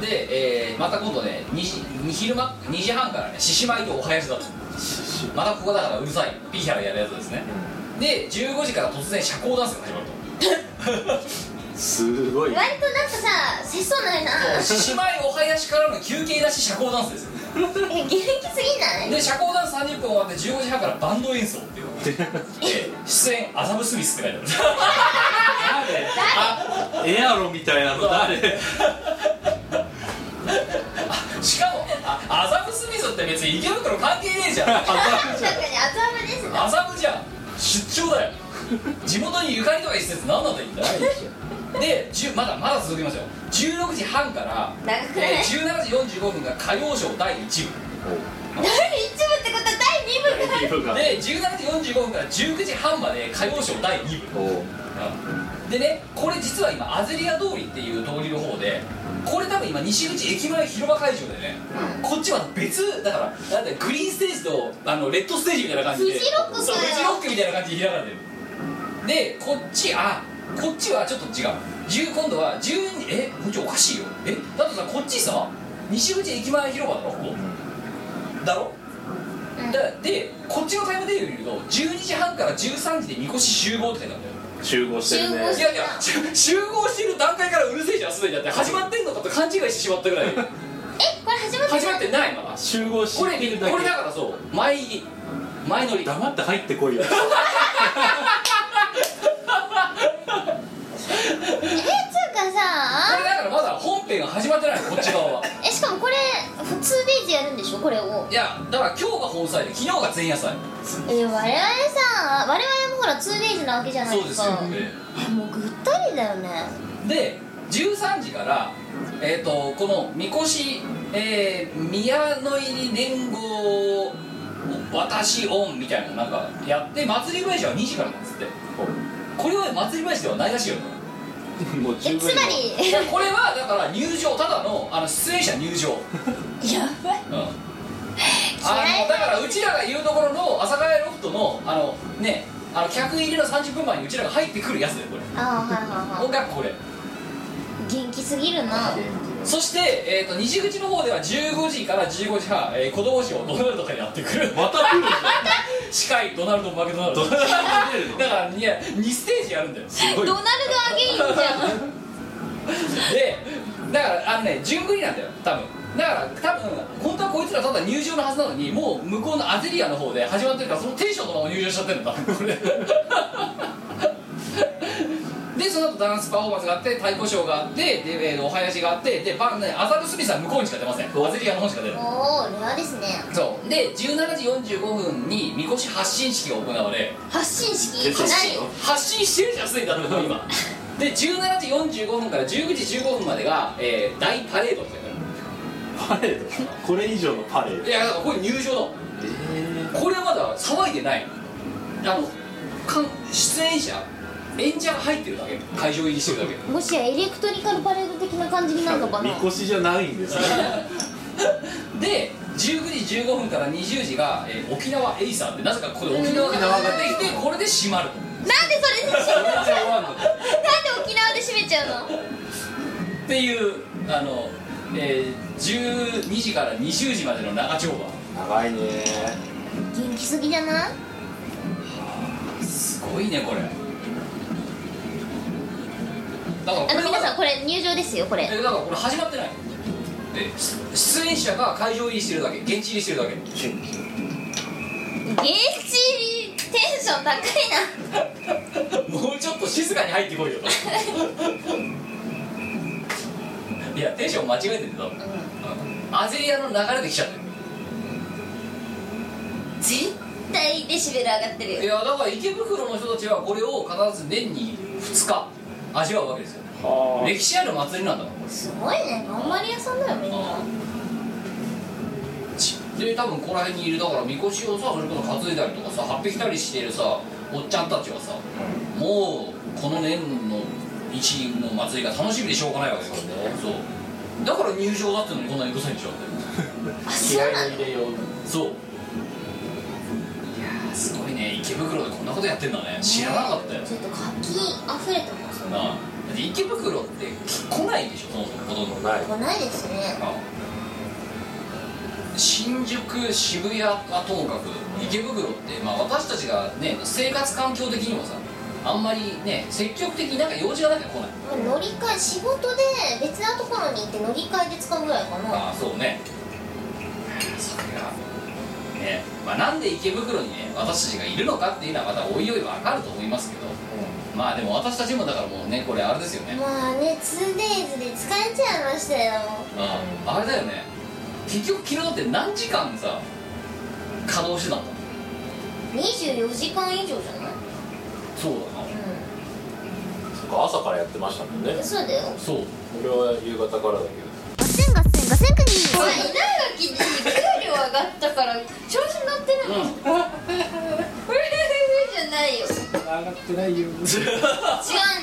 Speaker 3: で、えーまた今度ね2時に昼間2時半からね獅子舞とお囃子だとまたここだからうるさいピーヒャラやるやつですねで15時から突然社交ダンスが始まる
Speaker 5: すごい
Speaker 1: 割となんかさ切そうないな
Speaker 3: と獅子舞お囃子からの休憩だし社交ダンスですよ
Speaker 1: え元気すぎない
Speaker 3: で社交ダンス30分終わって15時半からバンド演奏っていうのがあってで出演アザム・スミスって書いてある
Speaker 5: エアロみたいなの誰
Speaker 3: あしかもあアザム・スミスって別に池袋関係ねえじゃん
Speaker 1: 確かにアザムですな
Speaker 3: 麻布じゃん出張だよ地元にゆかりとか施設何なんだって言ったらで10まだまだ続きますよ16時半から、
Speaker 1: 長くない
Speaker 3: えー17時45分が歌謡ショー第1部
Speaker 1: 第1部ってことは第2部が
Speaker 5: 部が
Speaker 3: で17時45分から19時半まで歌謡ショー第2部
Speaker 5: お
Speaker 3: でねこれ実は今アゼリア通りっていう通りの方でこれ多分今西口駅前広場会場でね、こっちは別だからだってグリーンステージとあのレッドステージみたいな感じで
Speaker 1: フジロック
Speaker 3: そう
Speaker 1: かよ
Speaker 3: フジロックみたいな感じで開かれてるでこっちあこっちはちょっと違う10今度は12えこっちおかしいよえだってさこっちさ西口駅前広場だろここだろ
Speaker 1: うん
Speaker 3: だでこっちのタイムテーブル見ると12時半から13時でみこし集合って書いてあるんだよ
Speaker 5: 集合してる
Speaker 1: 集合
Speaker 5: ね
Speaker 1: し
Speaker 3: いやいや集集合してる段階からうるせえじゃんすでにだって始まってんのかと勘違いしてしまったぐらい
Speaker 1: えこれ始まって
Speaker 3: 始まってないまだ
Speaker 5: 集合
Speaker 3: これ
Speaker 5: してるだけ
Speaker 3: これだからそう前入り前乗り
Speaker 5: 黙って入ってこいよ
Speaker 1: えつうか
Speaker 3: これ
Speaker 1: さ
Speaker 3: だからまだ本編が始まってないのこっち側は
Speaker 1: えしかもこれ 2days やるんでしょこれを
Speaker 3: いやだから今日が本祭で昨日が前夜祭
Speaker 1: え我々さ我々もほら 2days なわけじゃない
Speaker 3: そう
Speaker 1: で
Speaker 3: ですす
Speaker 1: か
Speaker 3: よ
Speaker 1: あもうぐったりだよね
Speaker 3: で13時からえっ、とこのみこし、えー、宮の入り連合私オンみたいなのなんかやって祭り返しは2時からなんですってこれは祭り返しではないらしいよ
Speaker 5: もう十
Speaker 1: え
Speaker 5: 分
Speaker 1: つまり
Speaker 3: いやこれはだから入場ただのあの出演者入場うん
Speaker 1: やばい
Speaker 3: あのだからうちらが言うところの阿佐ヶ谷ロフトのあのねあの客入りの30分前にうちらが入ってくるやつだよこれ
Speaker 1: あはいはいは
Speaker 3: 音楽これ
Speaker 1: い元気すぎるな
Speaker 3: そして、えー、と西口の方では15時から15時半、えー、子供賞ドナルドがやってくる
Speaker 5: また来るじ
Speaker 3: 司会ドナルドマクドナルドだからいや2ステージやるんだよ
Speaker 1: ドナルドアゲインじゃん
Speaker 3: でだからあのね順繰りなんだよ多分だから多分本当はこいつらただ入場のはずなのにもう向こうのアゼリアの方で始まってるからそのテンションのまま入場しちゃってるんだこれでその後ダンスパフォーマンスがあって太鼓ショーがあってで、えーお囃子があってで晩ねアザル・スミスは向こうにしか出ませんアゼリアの方しか 出ない
Speaker 1: おおレアですね
Speaker 3: そうで17時45分にみこし発信式が行われ
Speaker 1: 発信式
Speaker 5: 出てきてよ
Speaker 1: 何
Speaker 3: 発信してるじゃんすでにだってもう今で17時45分から19時15分までが、えー大パレードって言うんだよ
Speaker 5: ゃんパレードこれ以上のパレード
Speaker 3: いやだからこれ入場だこれはまだ騒いでないあのかん出演者演者が入ってるだけ会場入りしてるだ け
Speaker 1: もしやエレクトリカルパレード的な感じになるの かな
Speaker 5: みこしじゃないんですね
Speaker 3: で19時15分から20時が、えー沖縄エイサーってなぜかここで沖縄が出てきてこれで閉まると
Speaker 1: なんでそれで閉めちゃうのなん
Speaker 5: こ
Speaker 1: で沖縄で閉めちゃうの
Speaker 3: っていうあの、えー、12時から20時までの長丁場
Speaker 5: 長いね
Speaker 1: 元気すぎじゃない
Speaker 3: すごいねこれだから
Speaker 1: あの
Speaker 3: これ
Speaker 1: 皆さん
Speaker 3: は
Speaker 1: これ入場ですよこれ
Speaker 3: えだからこれ始まってないで出出演者が会場入りしてるだけ現地入りしてるだけ
Speaker 1: 現地入りテンション高いな
Speaker 3: もうちょっと静かに入ってこいよといやテンション間違えてるんだ多分アゼリアの流れで来ちゃってる
Speaker 1: 絶対デシベル上がってるよ
Speaker 3: いやだから池袋の人たちはこれを必ず年に2日味わうわけですよ
Speaker 5: は
Speaker 3: 歴史ある祭りなんだからこれ
Speaker 1: すごいね頑張り屋さんだよみんな
Speaker 3: で多分ここら辺にいるだからみこしをさそれこそ担いだりとかさ8匹たりしてるさおっちゃんたちはさ、もうこの年の一の祭りが楽しみでしょうがないわけですよねそうだから入場だってのにこんなにうるさいんでしょって
Speaker 1: あ
Speaker 5: 気
Speaker 1: そう
Speaker 5: 合
Speaker 1: ない
Speaker 5: を
Speaker 1: の
Speaker 5: 入れよう
Speaker 3: そうすごいね池袋でこんなことやってんだね知らなかったよ
Speaker 1: ちょっと活気あふれてます
Speaker 3: なあだって池袋って来ないでしょそもそもほとんど
Speaker 5: ない
Speaker 1: 来ないですね
Speaker 3: 新宿渋谷はともかく池袋って、まあ、私たちがね生活環境的にもさあんまりね積極的になんか用事がなきゃ来ない
Speaker 1: まあ乗り換え仕事で別なところに行って乗り換えで使うぐらいかな
Speaker 3: ああそうねそれがねまあなんで池袋にね私たちがいるのかっていうのはまたおいおいわかると思いますけどまあでも私たちもだからもうねこれあれですよね
Speaker 1: まあね 2days で使えちゃいましたよ
Speaker 3: うんあれだよね結局昨日って何時間さ稼働してたんだ
Speaker 1: 24時間以上じゃない
Speaker 3: そうだな
Speaker 5: そっか朝からやってましたもん
Speaker 1: う
Speaker 5: ね
Speaker 1: んそうだよ
Speaker 3: そう
Speaker 5: 俺は夕方からだけど
Speaker 1: ガセンガセンガセンク
Speaker 6: ほら稲垣に給料上がったから調子乗って
Speaker 3: う
Speaker 6: ない
Speaker 3: ん
Speaker 6: ふふふじゃないよ
Speaker 2: 上がってないよ
Speaker 6: 違うん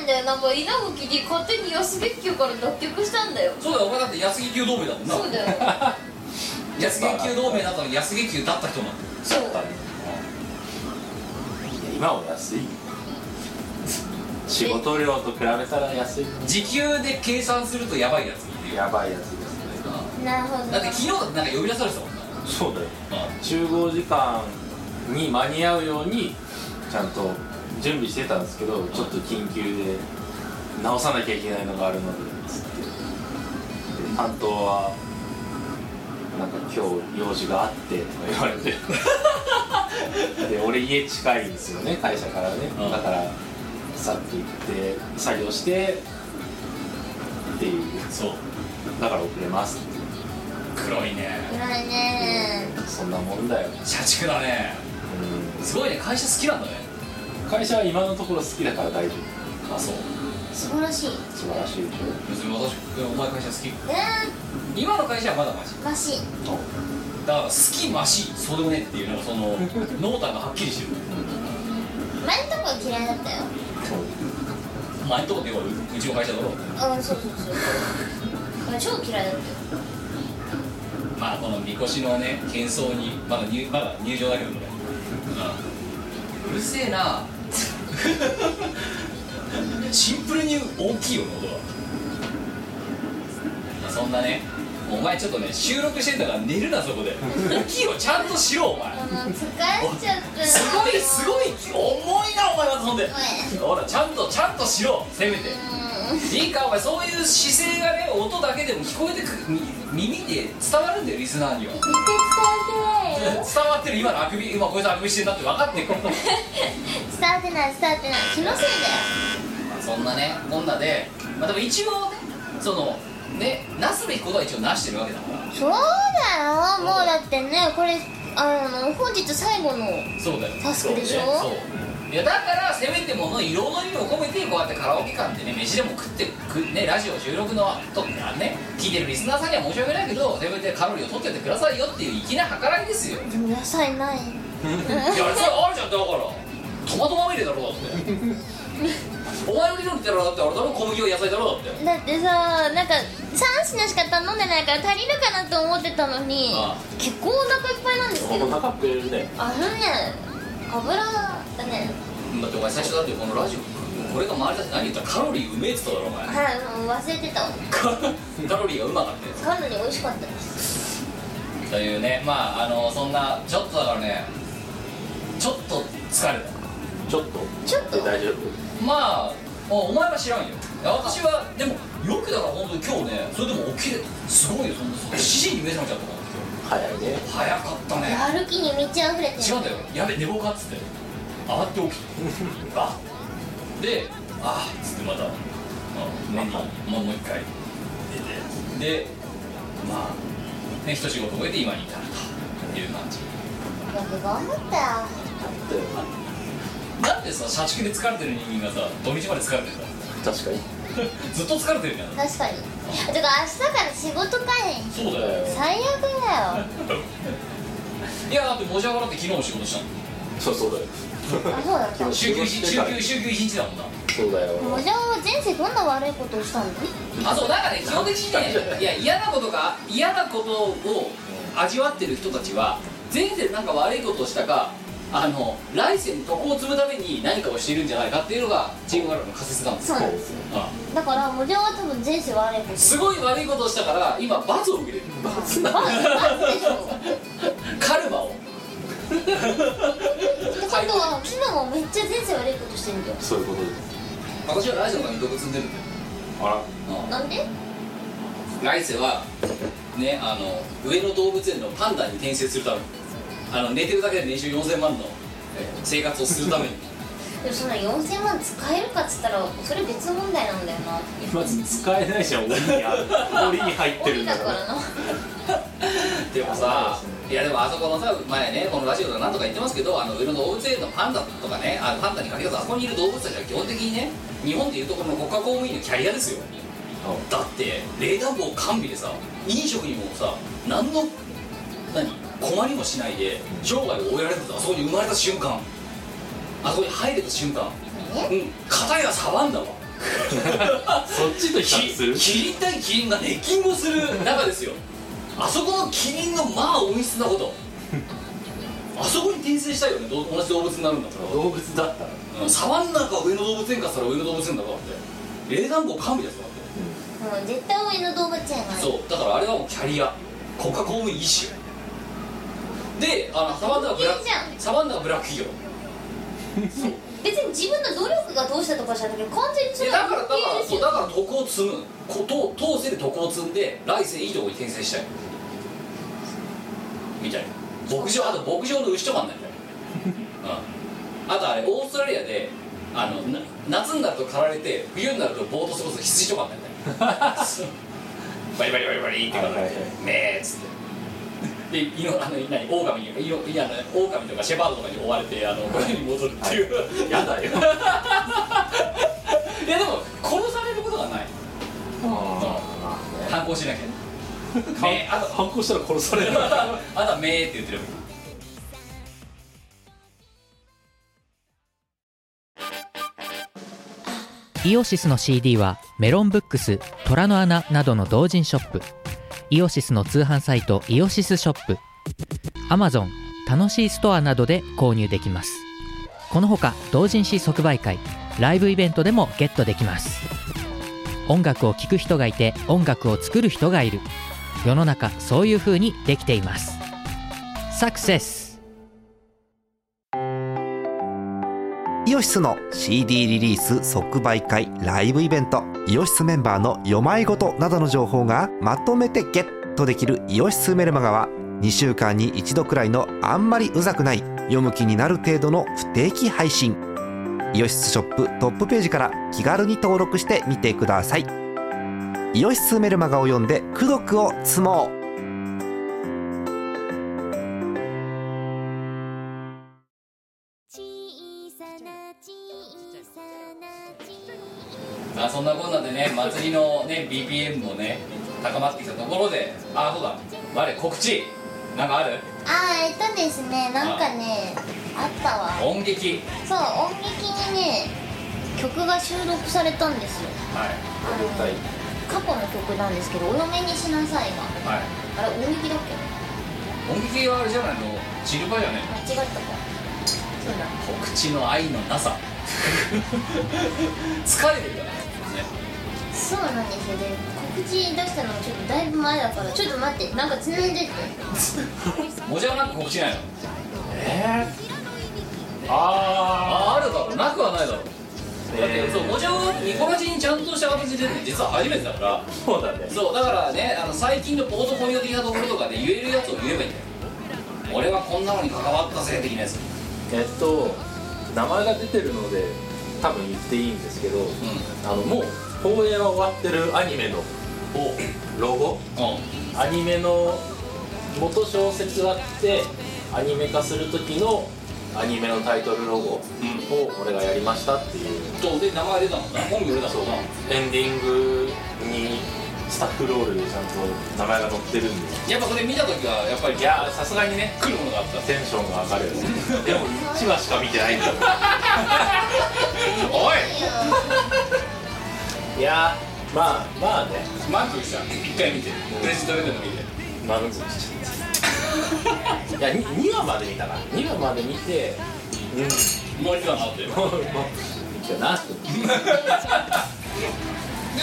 Speaker 6: だよなんか稲垣に勝手に安月給から脱却したんだよ
Speaker 3: そうだよお前だって安月給同盟だもんな
Speaker 6: そうだ よ
Speaker 3: 安月給同盟だったのに安月給だった人なんだよ
Speaker 6: そう
Speaker 5: 今は安い仕事量と比べたら安い
Speaker 3: 時給で計算するとやばいやつっていう
Speaker 5: やばいやつですね
Speaker 3: う
Speaker 1: なるほど
Speaker 3: んだって昨日だってなんか呼び出されてたもんな
Speaker 5: そうだよ
Speaker 3: う
Speaker 5: 集合時間に間に合うようにちゃんと準備してたんですけどちょっと緊急で直さなきゃいけないのがあるのでつってで担当はなんか今日用事があってとか言われ てで俺家近いんですよね会社からね、
Speaker 3: うん
Speaker 5: だからさっと行って作業してっていうん
Speaker 3: そう
Speaker 5: だから遅れますっていう
Speaker 3: 黒いね
Speaker 1: 暗いね
Speaker 5: そんなもんだよ、
Speaker 3: 社畜だね
Speaker 5: う
Speaker 3: すごいね会社好きなんだね
Speaker 5: ん、会社は今のところ好きだから大丈夫
Speaker 3: あそう
Speaker 1: 素晴らしい
Speaker 5: 素晴らしいでし
Speaker 3: 別に私お前会社好き
Speaker 1: う
Speaker 3: 今の会社はまだマシ
Speaker 1: んマシ
Speaker 3: だから好きマシそうでもねえっていうのがそ の濃淡がはっきりしてる
Speaker 1: 前のとこは嫌いだったよ
Speaker 3: 前んとこで言えばううちの会社だろ
Speaker 1: うんそうそうそう超嫌いだったよ
Speaker 3: まあこのみこしのね喧騒にまだ入まだ入場だけどこれ、うん、うるせえなシンプルに大きいよ喉はそんなねお前ちょっとね収録してんだから寝るなそこで大きいよちゃんとしろお前
Speaker 1: もう疲れちゃった
Speaker 3: すごいす
Speaker 1: い
Speaker 3: ごい重いなお前はそんでほらちゃんとちゃんとしろせめていいかお前そういう姿勢がね音だけでも聞こえてくみ耳で伝わるんだよリスナーには
Speaker 1: 絶対伝わってないよ
Speaker 3: 伝わってる今のあくび今こいつあくびしてんなって分かってくる
Speaker 1: 伝わってない伝わってない気のせい
Speaker 3: まあそんなねこんなでまあでも一応ねそのねなすべきことは一応なしてるわけだから
Speaker 1: だよそうだよもうだってねこれあの本日最後の
Speaker 3: そうだよ
Speaker 1: タスクでしょ
Speaker 3: そう,、そういやだからせめてものいろんな意味を込めてこうやってカラオケ館でね飯でも食ってくねラジオ収録のとってあのね聞いてるリスナーさんには申し訳ないけどせめてカロリーを取ってってくださいよっていう粋な計らいですよ
Speaker 1: でも野菜ない
Speaker 3: いやそれあるじゃんだからトマトまみれだ ろだってお前の理論って言ったらだってあれだろ小麦は野菜だろだって
Speaker 1: だってさなんか3品しか頼んでないから足りるかなと思ってたのに
Speaker 3: ああ
Speaker 1: 結構お腹いっぱいなんですけど
Speaker 5: お腹くれるね
Speaker 1: あのね油だね
Speaker 3: だってお前最初だってこのラジオこれが回りだって何言ったらカロリーうめえっつっただろお前
Speaker 1: はいもう忘れてたわ
Speaker 3: カロリーがうまか ったよ
Speaker 1: かなり美味しかったです
Speaker 3: というねまああのそんなちょっとだからねちょっと疲れた
Speaker 5: ちょっと
Speaker 1: ちょっと
Speaker 5: 大丈夫
Speaker 3: まあおお前は知らんよいや私はでもよくだから本当に今日ねそれでも起きれたすごいよそんな7時に目覚めちゃったか
Speaker 5: 早いね
Speaker 3: ら早かったね
Speaker 1: やる気に満ち溢れて
Speaker 3: 違うんだよやべ寝坊かっつって慌てて起きて あであっつってまた、うん、寝にもうもう一回寝てでまあね一仕事終えて今に至るという感じ
Speaker 1: よく頑張ったよ
Speaker 3: なんでさ社畜で疲れてる人間がさ土日まで疲れてるんだ
Speaker 5: 確かに
Speaker 3: ずっと疲れてるじゃん
Speaker 1: 確かにてか明日から仕事かい
Speaker 3: そうだよ
Speaker 1: 最悪 だよ
Speaker 3: いやだって申し訳なくて昨日も仕事した
Speaker 5: そうそうだよ
Speaker 1: あそうだった
Speaker 5: 今
Speaker 1: も
Speaker 5: 日
Speaker 3: 週休
Speaker 5: 仕
Speaker 3: 一週
Speaker 5: 事してから
Speaker 3: 休週休一日だもんな
Speaker 5: そうだよ
Speaker 1: うじゃあ前世どんな悪いことをしたんだ
Speaker 3: あそうなんかね基本的に ねいや嫌なことが嫌なことを味わってる人たちは前世でなんか悪いことをしたかあの来世に徳を積むために何かをしているんじゃないかっていうのがチームワールドの仮説なんです
Speaker 1: そうなんですよ
Speaker 3: あ
Speaker 1: だから無料は多分前世悪いこと
Speaker 3: すごい悪いことをしたから今罰を受けてる
Speaker 1: バカでしょ
Speaker 3: カルマを
Speaker 1: ってことはキムもめっちゃ前世悪いことしてんだよ
Speaker 5: そういうことです
Speaker 3: 私は来世のために徳積んでるんだよ
Speaker 5: あ
Speaker 3: あ
Speaker 1: なんで
Speaker 3: 来世はねあの上野動物園のパンダに転生するためにあの寝てるだけで年収4000万のえ生活をするために
Speaker 1: でもそんな4000万使えるかっつったらそれ別問題なんだよな
Speaker 5: らまず使えないじゃん檻にある檻に入ってる
Speaker 1: 鬼
Speaker 5: ん
Speaker 1: だ
Speaker 5: だ
Speaker 1: か
Speaker 5: から
Speaker 1: らな
Speaker 3: でもさいやでもあそこのさ前ねこのラジオで何とか言ってますけどあの上野動物園のパンダとかねあのパンダに限らずあそこにいる動物たちは基本的にね日本でいうところの国家公務員のキャリアですよだって冷暖房完備でさ飲食にもさ何の何困りもしないで生涯を終えられたんだあそこに生まれた瞬間あそこに入れた瞬間うん片やサバンナは
Speaker 5: そっちと比較する
Speaker 3: キキリン対キリンが熱金をする中ですよあそこのキリンのまあ温室なことあそこに転生したいよねど同じ動物になるんだから
Speaker 5: 動物だったら
Speaker 3: うんサバンナか上野動物園かっつったら上野動物園だからって冷暖房完備ですよだって
Speaker 1: うん絶対上の動物園がいい
Speaker 3: そうだからあれはもうキャリア国家公務員一種であのサバンナがブラック
Speaker 1: いいじゃん
Speaker 3: サバンナがブラック企業
Speaker 1: 別に自分の努力がどうしたとかじゃなくて完全にそ
Speaker 3: で
Speaker 1: れ
Speaker 3: だ
Speaker 1: は
Speaker 3: からだか
Speaker 1: 恩恵
Speaker 3: ら
Speaker 1: です
Speaker 3: そう
Speaker 1: よ
Speaker 3: だから徳を積むこと当世で徳を積んで来世いいとこに転生したいみたいな牧場あと牧場の牛とかになりたい、うん、あとあれオーストラリアであのな夏になると狩られて冬になるとぼーっと過ごす羊とかになりたい バリバリバリバリって
Speaker 5: はいはいはい
Speaker 3: めーっつってで犬あの何オオカミに犬いやオオカミとかシェパードとかに追われてあの小屋に戻るっていう、
Speaker 5: やだ よ
Speaker 3: いやでも殺されることがない
Speaker 5: あ
Speaker 3: 反抗しなきゃね
Speaker 5: ー
Speaker 3: ねあと
Speaker 5: 反抗したら殺される
Speaker 3: あとは「めー」って言ってる
Speaker 7: イオシスの CD はメロンブックス虎の穴などの同人ショップイオシスの通販サイトイオシスショップ Amazon 楽しいストアなどで購入できますこのほか同人誌即売会ライブイベントでもゲットできます音楽を聴く人がいて音楽を作る人がいる世の中そういう風にできていますサクセス
Speaker 8: イオシスの CD リリース即売会ライブイベントイオシスメンバーの読まいごとなどの情報がまとめてゲットできるイオシスメルマガは2週間に1度くらいのあんまりうざくない読む気になる程度の不定期配信イオシスショップトップページから気軽に登録してみてくださいイオシスメルマガを読んで「功徳を積もう」
Speaker 3: まあそんなこんなでね祭りのね BPM もね高まってきたところであそうだ我告知なんかある
Speaker 1: あーえっとですねなんかねあったわ
Speaker 3: 音劇
Speaker 1: そう音劇にね曲が収録されたんですよ
Speaker 3: はい
Speaker 1: あの過去の曲なんですけど「お嫁にしなさいが
Speaker 3: はい」
Speaker 1: あれ音劇だっけ
Speaker 3: 音劇はあれじゃないのシルバーやね
Speaker 1: 間違ったかそうだ
Speaker 3: 告知の愛のなさ 疲れてるからね
Speaker 1: そうなんですよね告知出したのもちょっとだいぶ前だからちょっと待ってなんか繋いでって
Speaker 3: もじゃなんか告知ないの
Speaker 5: えー、あ
Speaker 3: ああるだろうなくはないだろうだってそうもじゃはニコラジにちゃんとした形で出るの実は初めてだから
Speaker 5: あそうだね
Speaker 3: そうだからねあの最近のポートフォリオ的なところとかで言えるやつを言えばいいんだよ俺はこんなのに関わったぜ的なやつう
Speaker 5: えっと名前が出てるので多分言っていいんですけど
Speaker 3: ん
Speaker 5: あのもう放映は終わってるアニメのロゴ
Speaker 3: おう
Speaker 5: アニメの元小説があってアニメ化する時のアニメのタイトルロゴを俺がやりましたっていう
Speaker 3: とで名前出たのかな本名出たのかな
Speaker 5: エンディングにスタッフロールでちゃんと名前が載ってるんで
Speaker 3: やっぱそれ見た時はやっぱり
Speaker 5: いやさすがにね
Speaker 3: 来るものがあった
Speaker 5: テンションが上がる よねでも1話しか見てないんだよおいいやーまあまあね
Speaker 3: 満足した一回見てクレジット出ても見て
Speaker 5: 満足しちゃっいや 2, 話まで見たから2話まで見てうん
Speaker 3: 終わりだなって
Speaker 5: もうもういいかなって
Speaker 3: で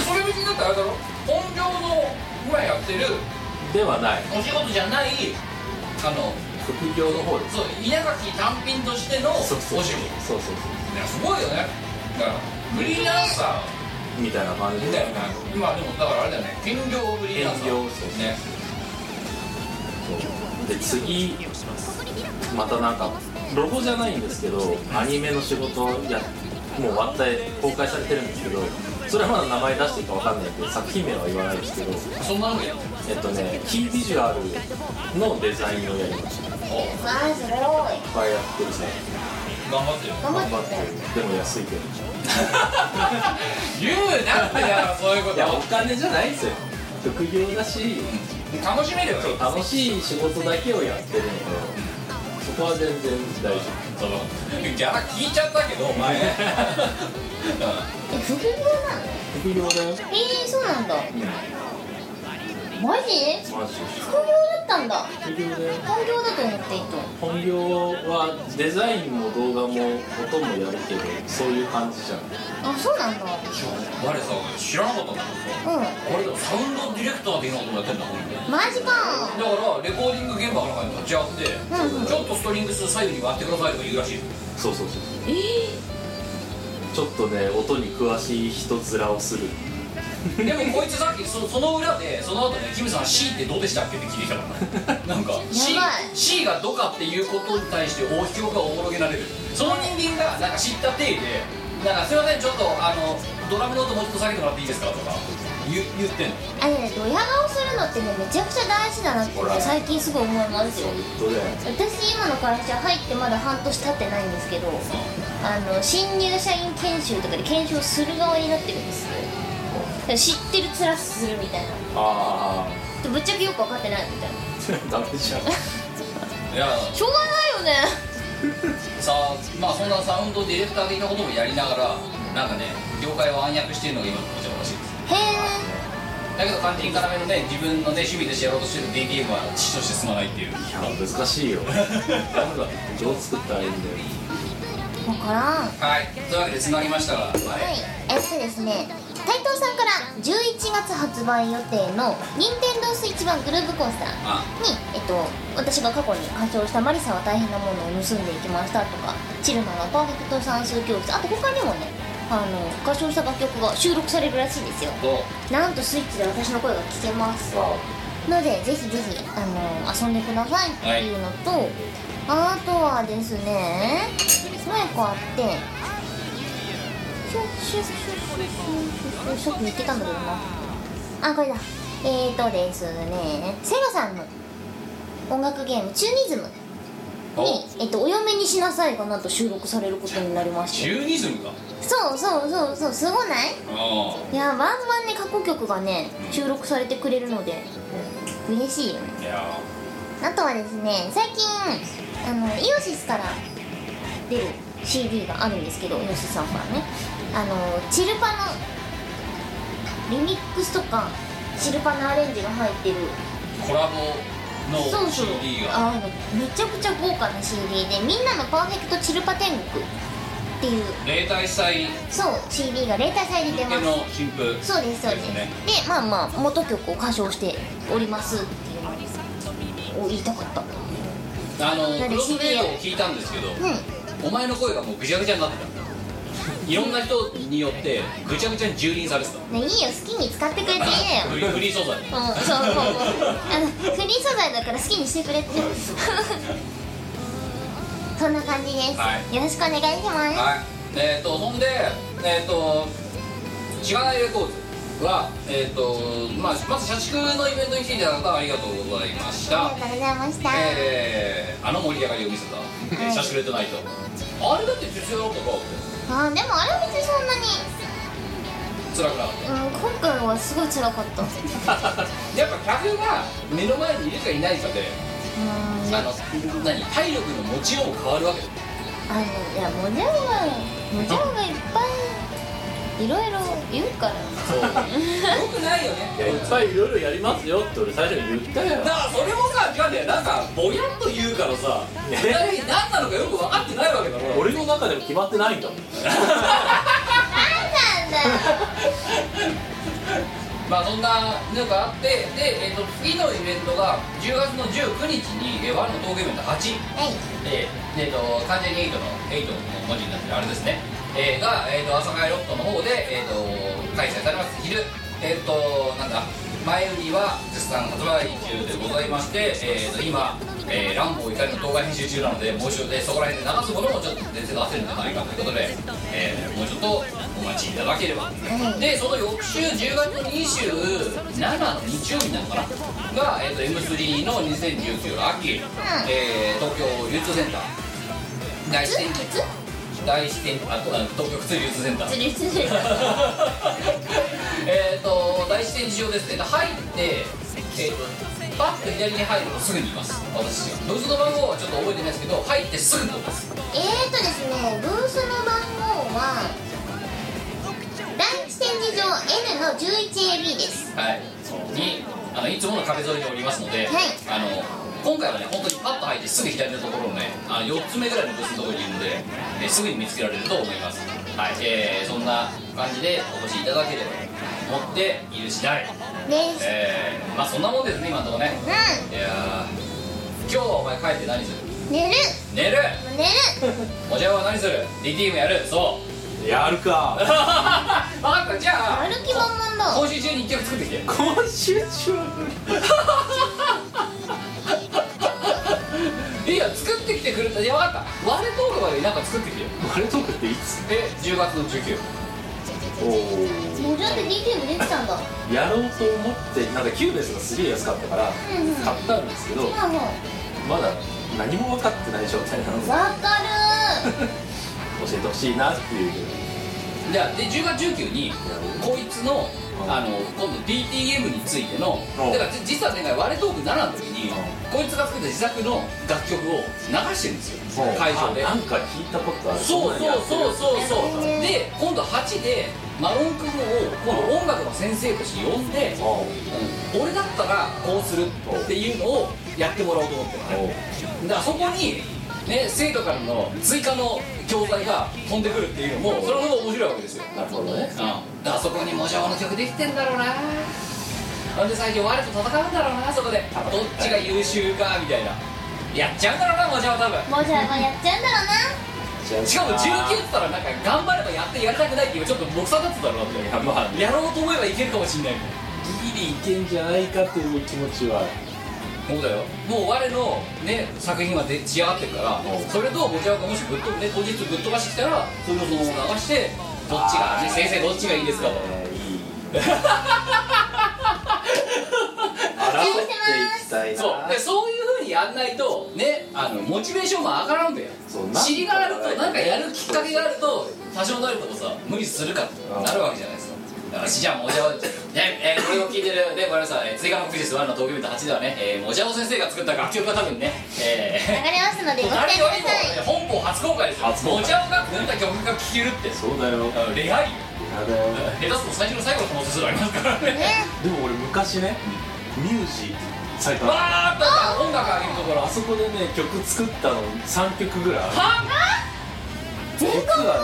Speaker 3: それ別にだってあれだろ本業のぐらいやってる
Speaker 5: ではない
Speaker 3: お仕事じゃないあの
Speaker 5: 副業の方です
Speaker 3: そう稲垣単品としてのお仕
Speaker 5: そう
Speaker 3: 事
Speaker 5: そうそうそうそう
Speaker 3: いやすごいよねだからフリーランサ
Speaker 5: そうみたいな感じ
Speaker 3: ー
Speaker 5: で
Speaker 3: だよね今でもだからあれだよね兼業フリーランサー
Speaker 5: 兼業そうそう
Speaker 3: ね
Speaker 5: で次またなんかロゴじゃないんですけどアニメの仕事をやもう終わって公開されてるんですけどそれはまだ名前出していいかわかんないんで作品名は言わないですけど
Speaker 3: そんなのやってる
Speaker 5: えっとねキービジュアルのデザインをやりましたいっ
Speaker 1: わあそれ多い
Speaker 5: ぱいやってるさ
Speaker 3: 頑張ってよ
Speaker 1: 頑張
Speaker 5: 頑張
Speaker 1: っ
Speaker 5: って
Speaker 1: ね
Speaker 5: てるでも安いけど
Speaker 3: 言うなってだから そういうこ
Speaker 5: いやお
Speaker 3: と
Speaker 5: 金じゃないんですよ副業だし
Speaker 3: 楽しめるよ
Speaker 5: そう楽しい仕事だけをやってるのでそこは全然大丈
Speaker 3: そのギャラ聞いちゃったけどお 前う
Speaker 1: え副業なの
Speaker 5: 夫副業だよ
Speaker 1: えー、そうなんだマジ
Speaker 5: マジ
Speaker 1: 副業だったんだ
Speaker 5: 副業だよ
Speaker 1: 本業だと思っていた
Speaker 5: 本業はデザインも動画も音もやるけどそういう感じじゃん
Speaker 1: あそうなんだ
Speaker 3: ん我さ知らなかったんだけど
Speaker 1: う
Speaker 3: さ俺でもサウンドディレクター的なこともやってんだ本
Speaker 1: ん
Speaker 3: 当に
Speaker 1: マジか
Speaker 3: だからレコーディング現場の中に立ち会って、
Speaker 1: うんうん
Speaker 3: ちょっとストリングス左右に割ってくださいとか言うらしいよ
Speaker 5: そうそうそうそうちょっとね音に詳しい人面をする
Speaker 3: でもこいつさっきそその裏でその後ねキムさん C ってどうでしたっけって聞いてきたからねなんか C,
Speaker 1: やばい
Speaker 3: C がどかっていうことに対して大評価をおもろげられるその人間がなんか知った体で「なんかすいませんちょっとあのドラムの音もうちょっと下げてもらっていいですか」とか言言ってんの
Speaker 1: あれねドヤ顔するのってねめちゃくちゃ大事だなって最近すごい思いますよ
Speaker 5: どれや
Speaker 1: 私今の会社入ってまだ半年経ってないんですけどあの新入社員研修とかで研修する側になってるんですよだから知ってる面するみたいな
Speaker 5: あ
Speaker 1: でぶっちゃけよく分かってないみたいな
Speaker 5: あダメじゃん
Speaker 3: いや
Speaker 1: しょうがないよね
Speaker 3: さあまあそんなサウンドディレクター的なこともやりながらなんかね業界を暗躍してるのが今のこちららしいです
Speaker 1: へ
Speaker 3: だけど肝心要のね自分のね趣味でしてやろうとしてる DTM は父として進まないっていう
Speaker 5: いや難しいよなんかどう作ったらいいんだよ
Speaker 1: え分からんは
Speaker 3: はいというわけでつなぎましたがはい
Speaker 1: いえっとですね斉藤さんから11月発売予定の任天堂スイッチ版グルーブコースター
Speaker 3: あ
Speaker 1: に、えっと、私が過去に歌唱した「マリサは大変なものを盗んでいきました」とか「チルノのパーフェクト算数教室」あと他にもねあの歌唱した楽曲が収録されるらしいですよ
Speaker 3: と
Speaker 1: なんとスイッチで私の声が聞けます
Speaker 5: わ
Speaker 1: のでぜひぜひあの遊んでくださいっていうのと、あとはですねもう一個あってシュッシュッシュッシュッシュッシュッさっき言ってたんだけどなあこれだえーとですねセガさんの音楽ゲーム「チューニズム」に「えっと、お嫁にしなさい」がなんと収録されることになりまし
Speaker 3: チ
Speaker 1: た
Speaker 3: ューニズムか
Speaker 1: そうそうそうそうすごない
Speaker 3: あ
Speaker 1: いやバンバンね過去曲がね収録されてくれるので嬉しいよね
Speaker 3: あいや
Speaker 1: あとはですね最近あのイオシスから出る CD があるんですけどイオシスさんからねあのチルパのリミックスとかチルパのアレンジが入ってる
Speaker 3: コラボ
Speaker 1: そう
Speaker 3: の
Speaker 1: そう
Speaker 3: CD が
Speaker 1: あのめちゃくちゃ豪華な CD で「みんなのパーフェクトチルパ天国」っていう
Speaker 3: 例大祭
Speaker 1: そう CD が例大祭で
Speaker 3: 向
Speaker 1: 出
Speaker 3: け
Speaker 1: ます
Speaker 3: の新婦
Speaker 1: そうですそうです
Speaker 3: ですね
Speaker 1: でまあまあ元曲を歌唱しておりますっていうのを言いたかったう
Speaker 3: あの
Speaker 1: なん
Speaker 3: ク
Speaker 1: で
Speaker 3: ロスプレイ
Speaker 1: CD
Speaker 3: を聞いたんですけど
Speaker 1: ん
Speaker 3: お前の声がもうぐちゃぐちゃになってたいろんな人によってぐちゃぐちゃに蹂躙されてた
Speaker 1: ねいいよ好きに使ってくれていいのよ
Speaker 3: フリーフリー素材
Speaker 1: うんそうそうそうあのフリー素材だから好きにしてくれってそんな感じです、
Speaker 3: はい
Speaker 1: よろしくお願いします、
Speaker 3: はい、えっ、とそんでえっ、としがないレコーズはえっ、と、まあ、まず社畜のイベントに来ていただいた方ありがとうございまし
Speaker 1: あ
Speaker 3: た
Speaker 1: りがとうございました、
Speaker 3: えー、あの盛り上がりを見せた、えー社畜レッドナイトあれだって必要だったかって
Speaker 1: あーでもあれは別にそんなに、
Speaker 3: 辛くなかっ
Speaker 1: うん、今回はすごい辛かったう
Speaker 3: たや っぱ客が目の前にいるかいないかで
Speaker 1: ーん
Speaker 3: あの何体力の持ちようも変わるわけだ
Speaker 1: あのいやモデルがモデルがいっぱいいろいろ言うから
Speaker 3: そうよくないよね
Speaker 5: いやいっぱいいろいろやりますよって俺最初に言ったよ
Speaker 3: だからそれもさ違うんだよなんかぼやっと言うからさお互い何なのかよく分かってないわけだろ
Speaker 5: 俺の中でも決まってないんだもん
Speaker 1: なんだ
Speaker 3: まあそんなのがあってで、えっと次のイベントが10月の19日にえーワンのトークイベント8
Speaker 1: はい
Speaker 3: で、えっと完全に8の8の文字になってるあれですね、えーが、えっと朝会ロフトの方で、えっと開催されます昼えっ、となんだ前売りは絶賛発売中でございまして、えっと今、えー、ランボー怒りの動画編集中なのでもう一度でそこら辺で流すものもちょっと全然出せるんじゃないかということで、えーもうちょっとお待ちいただければ、でその翌週10月27の日曜日なのかなが、えー、と M3 の2019秋、えー東京流通センター大支店
Speaker 1: キツ
Speaker 3: 大支店あとあ東京普通流通センター
Speaker 1: 釣り釣り
Speaker 3: えっと大支店事情ですね入って、えーとパッと左に入るとすぐにいます私がブースの番号はちょっと覚えてないですけど入ってすぐにいます
Speaker 1: えーとですねブースの番号は第一展示場 N の 11AB です
Speaker 3: はいにあのいつもの壁沿いにおりますので、
Speaker 1: はい
Speaker 3: あの今回はね本当にパッと入ってすぐ左のところのねあの4つ目ぐらいのブースのところにいるので、えーすぐに見つけられると思いますはい、えーそんな感じでお越しいただければと思っている次第
Speaker 1: です
Speaker 3: えー、まあそんなもんですね今のところね
Speaker 1: う
Speaker 3: いやー今日はお前帰って何する
Speaker 1: ん寝る
Speaker 3: 寝る
Speaker 1: もう寝る
Speaker 3: おじゃは何する DTM やるそう
Speaker 5: やるか
Speaker 3: 分かったじゃあ
Speaker 1: 歩き満々だ
Speaker 3: 今週中に1曲作ってきて
Speaker 5: 今週中
Speaker 3: いいよ作ってきてくれたいや分かった割れトークまでなんか作ってきてよ
Speaker 5: 割れとくっていつ
Speaker 3: え10月の19
Speaker 5: おお
Speaker 1: 無料で DTM できたんだ
Speaker 5: やろうと思ってなんかキューベースがすげえ安かったから
Speaker 1: うんうん
Speaker 5: 買ったんですけど
Speaker 1: 今も
Speaker 5: まだ何も分かってない状態なので
Speaker 1: うわかる
Speaker 5: 教えてほしいなっていう
Speaker 3: じゃあで10月19にこいつのあの今度 DTM についての
Speaker 5: うん
Speaker 3: だからじ実は前回割れトーク7の時に
Speaker 5: う
Speaker 3: こいつが作った自作の楽曲を流してるんですよ会場で
Speaker 5: あなんか聞いたことある
Speaker 3: そうそうそう
Speaker 5: う
Speaker 3: そうそうで今度8でマロン君を今度音楽の先生として呼んで、
Speaker 5: お
Speaker 3: う
Speaker 5: う
Speaker 3: ん俺だったらこうするっていうのをやってもらおうと思ってる
Speaker 5: おう
Speaker 3: だからそこにね生徒からの追加の教材が飛んでくるっていうのもそれも面白いわけですよ、
Speaker 5: なるほどね
Speaker 3: うん、だからそこに模様の曲できてんだろうなほんで最近我と戦うんだろうなそこでどっちが優秀かみたいなやっちゃうんだろうな模様多分
Speaker 1: もじゃもやっちゃうんだろうな
Speaker 3: しかも19って言ったらなんか頑張ればやってやりたくないっていうちょっと目さだっただろうっ
Speaker 5: いやまあ
Speaker 3: てやろうと思えばいけるかもしんないもん
Speaker 5: ギリいけんじゃないかという気持ちは
Speaker 3: そうだよもう我のね作品は出来上がってるからそれと持ち上がもしぶっ飛ぶね当日ぶっ飛ばしてきたらそれをそのまま流してどっちがね先生どっちがいいですかと
Speaker 5: えーいい 争っていきたいな
Speaker 3: そうでそういうふうにやんないとねあのモチベーションも上がらんだよ
Speaker 5: そうなんか
Speaker 3: 知りがあるとなんかやるきっかけがあると多少なることさ無理するかとなるわけじゃないですかだからじゃあもじゃおで、えーこれを聞いてるでごめんなさい追加のクイズ1の東京ビート8ではね、えー、もじゃお先生が作った楽曲が多分ね、えー
Speaker 1: 流れますのでご期待く
Speaker 3: 誰よ
Speaker 1: だ
Speaker 3: りも
Speaker 1: さい
Speaker 3: 本邦初公開ですよ
Speaker 5: 初公開
Speaker 3: もちゃんが組んだ曲が聴けるって
Speaker 5: そうだよ
Speaker 3: あのレアいよ
Speaker 5: やだよ
Speaker 3: 下手すると最初の最後の可能性すらありますからね
Speaker 1: ね
Speaker 5: でも俺昔ねミュージサイト
Speaker 3: わー
Speaker 5: あ
Speaker 3: っとなんか音楽上げるところ
Speaker 5: そこでね曲作ったの3曲ぐらいある
Speaker 3: は
Speaker 1: 全国放じゃん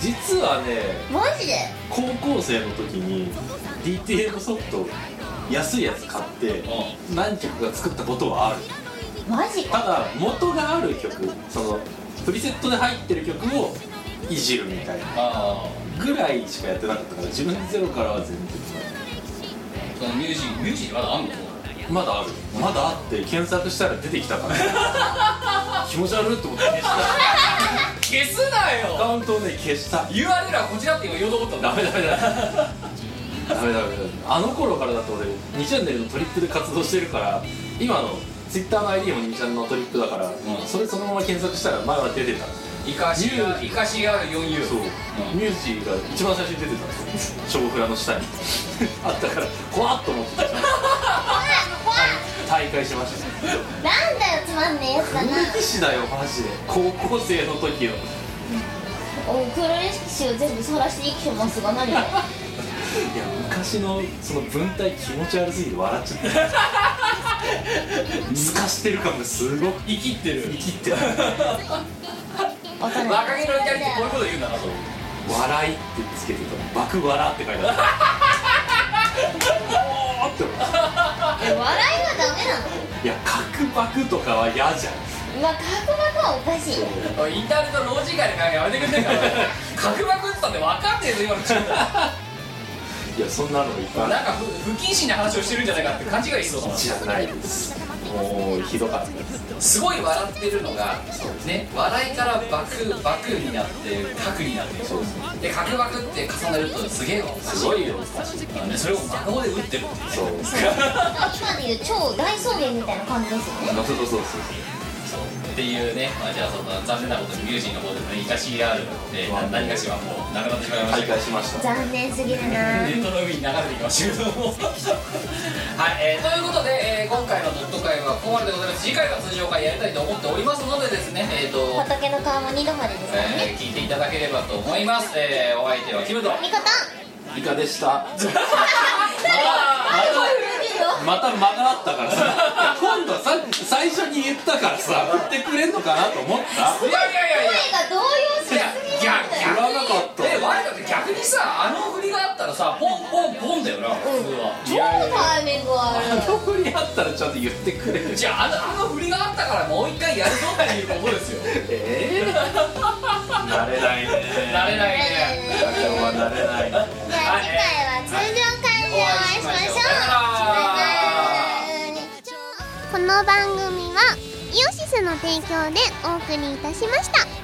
Speaker 5: 実はね
Speaker 1: マジで
Speaker 5: 高校生の時に DTM ソフト安いやつ買って
Speaker 3: う
Speaker 5: 何曲か作ったことはある
Speaker 1: マジか
Speaker 5: ただ元がある曲そのプリセットで入ってる曲をいじるみたいな
Speaker 3: あ
Speaker 5: ぐらいしかやってなかったから自分ゼロからは全然
Speaker 3: ーそのミュージミュージまだあんの
Speaker 5: まだあるまだあって検索したら出てきたから 気持ち悪いって思って消した
Speaker 3: 消すな
Speaker 5: ア
Speaker 3: よ
Speaker 5: カウントをね消した
Speaker 3: URL はこちらって今言おうと思ったん
Speaker 5: ダ
Speaker 3: だ
Speaker 5: メダメダメダメダメダメあの頃からだって俺2チャンネルのトリップで活動してるから今の Twitter の ID も2チャンのトリップだから、
Speaker 3: ん
Speaker 5: それそのまま検索したら前は出てた
Speaker 3: イカシ
Speaker 5: ミュージ
Speaker 3: イカシ R4U
Speaker 5: そう、
Speaker 3: ん
Speaker 5: ミュージーが一番最初に出てたんですよ小フラの下にあったから怖っと思ってた
Speaker 1: 怖い怖い
Speaker 5: 大会しま したね
Speaker 1: なんだよつまんねえやつだな
Speaker 5: 歴史だよマジで高校生の時の
Speaker 1: お黒歴史を全部晒して生きてますが何が
Speaker 5: いや昔のその文体気持ち悪すぎて笑っちゃ った透かしてる感がすごく
Speaker 3: 生きってる
Speaker 5: 生きってる
Speaker 1: わかんない
Speaker 3: 若気の至りってこういうこと言うんだなと思う
Speaker 5: 笑いってつけてた爆笑って書いてあった
Speaker 1: え笑いは
Speaker 5: おーって思っ
Speaker 1: ダメなの
Speaker 5: たいや角爆とかは嫌じゃん
Speaker 1: まあ角膜はおかしい
Speaker 3: おいインターネット老人会で考えやめてくんねえから角膜打ってたって分かってるぞ今の中
Speaker 5: いやそんなのいっぱいあ
Speaker 3: なんか不不謹慎な話をしてるんじゃないかって勘違いしそうだ
Speaker 5: る
Speaker 3: な
Speaker 5: じゃないですもうひどかったです
Speaker 3: すごい笑ってるのがね笑いからバクバクになって角になってそうで角バクって重ねるとすげえわ
Speaker 5: すごいよ
Speaker 3: ねそれを真顔で打ってるって
Speaker 5: そう
Speaker 1: 今でいう超大草原みたいな感じですよね
Speaker 5: そうそうそうそう
Speaker 3: っていうね、まあ、じゃあそんな残念なことにミュージーの方でも生かしがあるので、な何かしらもうなくなってしまいました
Speaker 5: 大
Speaker 3: けど
Speaker 5: 会しました
Speaker 1: 残念すぎるな
Speaker 3: ネットの海に流れていきましたけどもはい、えーということで、えー今回のドット会はここまででございます次回は通常会やりたいと思っておりますのでですねえっ、と、
Speaker 1: 仏の顔も二度までですからね
Speaker 3: えー聞いていただければと思います、えーお相手はキムと
Speaker 1: みかたん
Speaker 5: イカでした
Speaker 1: あ
Speaker 5: また間があったからさ今度はさ最初に言ったからさ振ってくれんのかなと思った
Speaker 3: いやいやいやいや
Speaker 1: 声が動揺しすぎ
Speaker 3: い
Speaker 1: る
Speaker 3: や
Speaker 1: んだよ
Speaker 3: 逆
Speaker 5: 振らなかった
Speaker 3: え我だって逆にさあの振りがあったらさポンポンポンだよな普通は、
Speaker 1: 超タイミング悪い
Speaker 5: どこにあったらちゃんと言ってくれる
Speaker 3: じゃああのあの振りがあったからもう一回やるぞっていうことですよ
Speaker 5: ええ慣れないね
Speaker 3: 慣れないね
Speaker 5: 今日は慣れない
Speaker 1: じゃあ次回は通常会でお会いしましょう。バイバイ。この番組はイオシスの提供でお送りいたしました。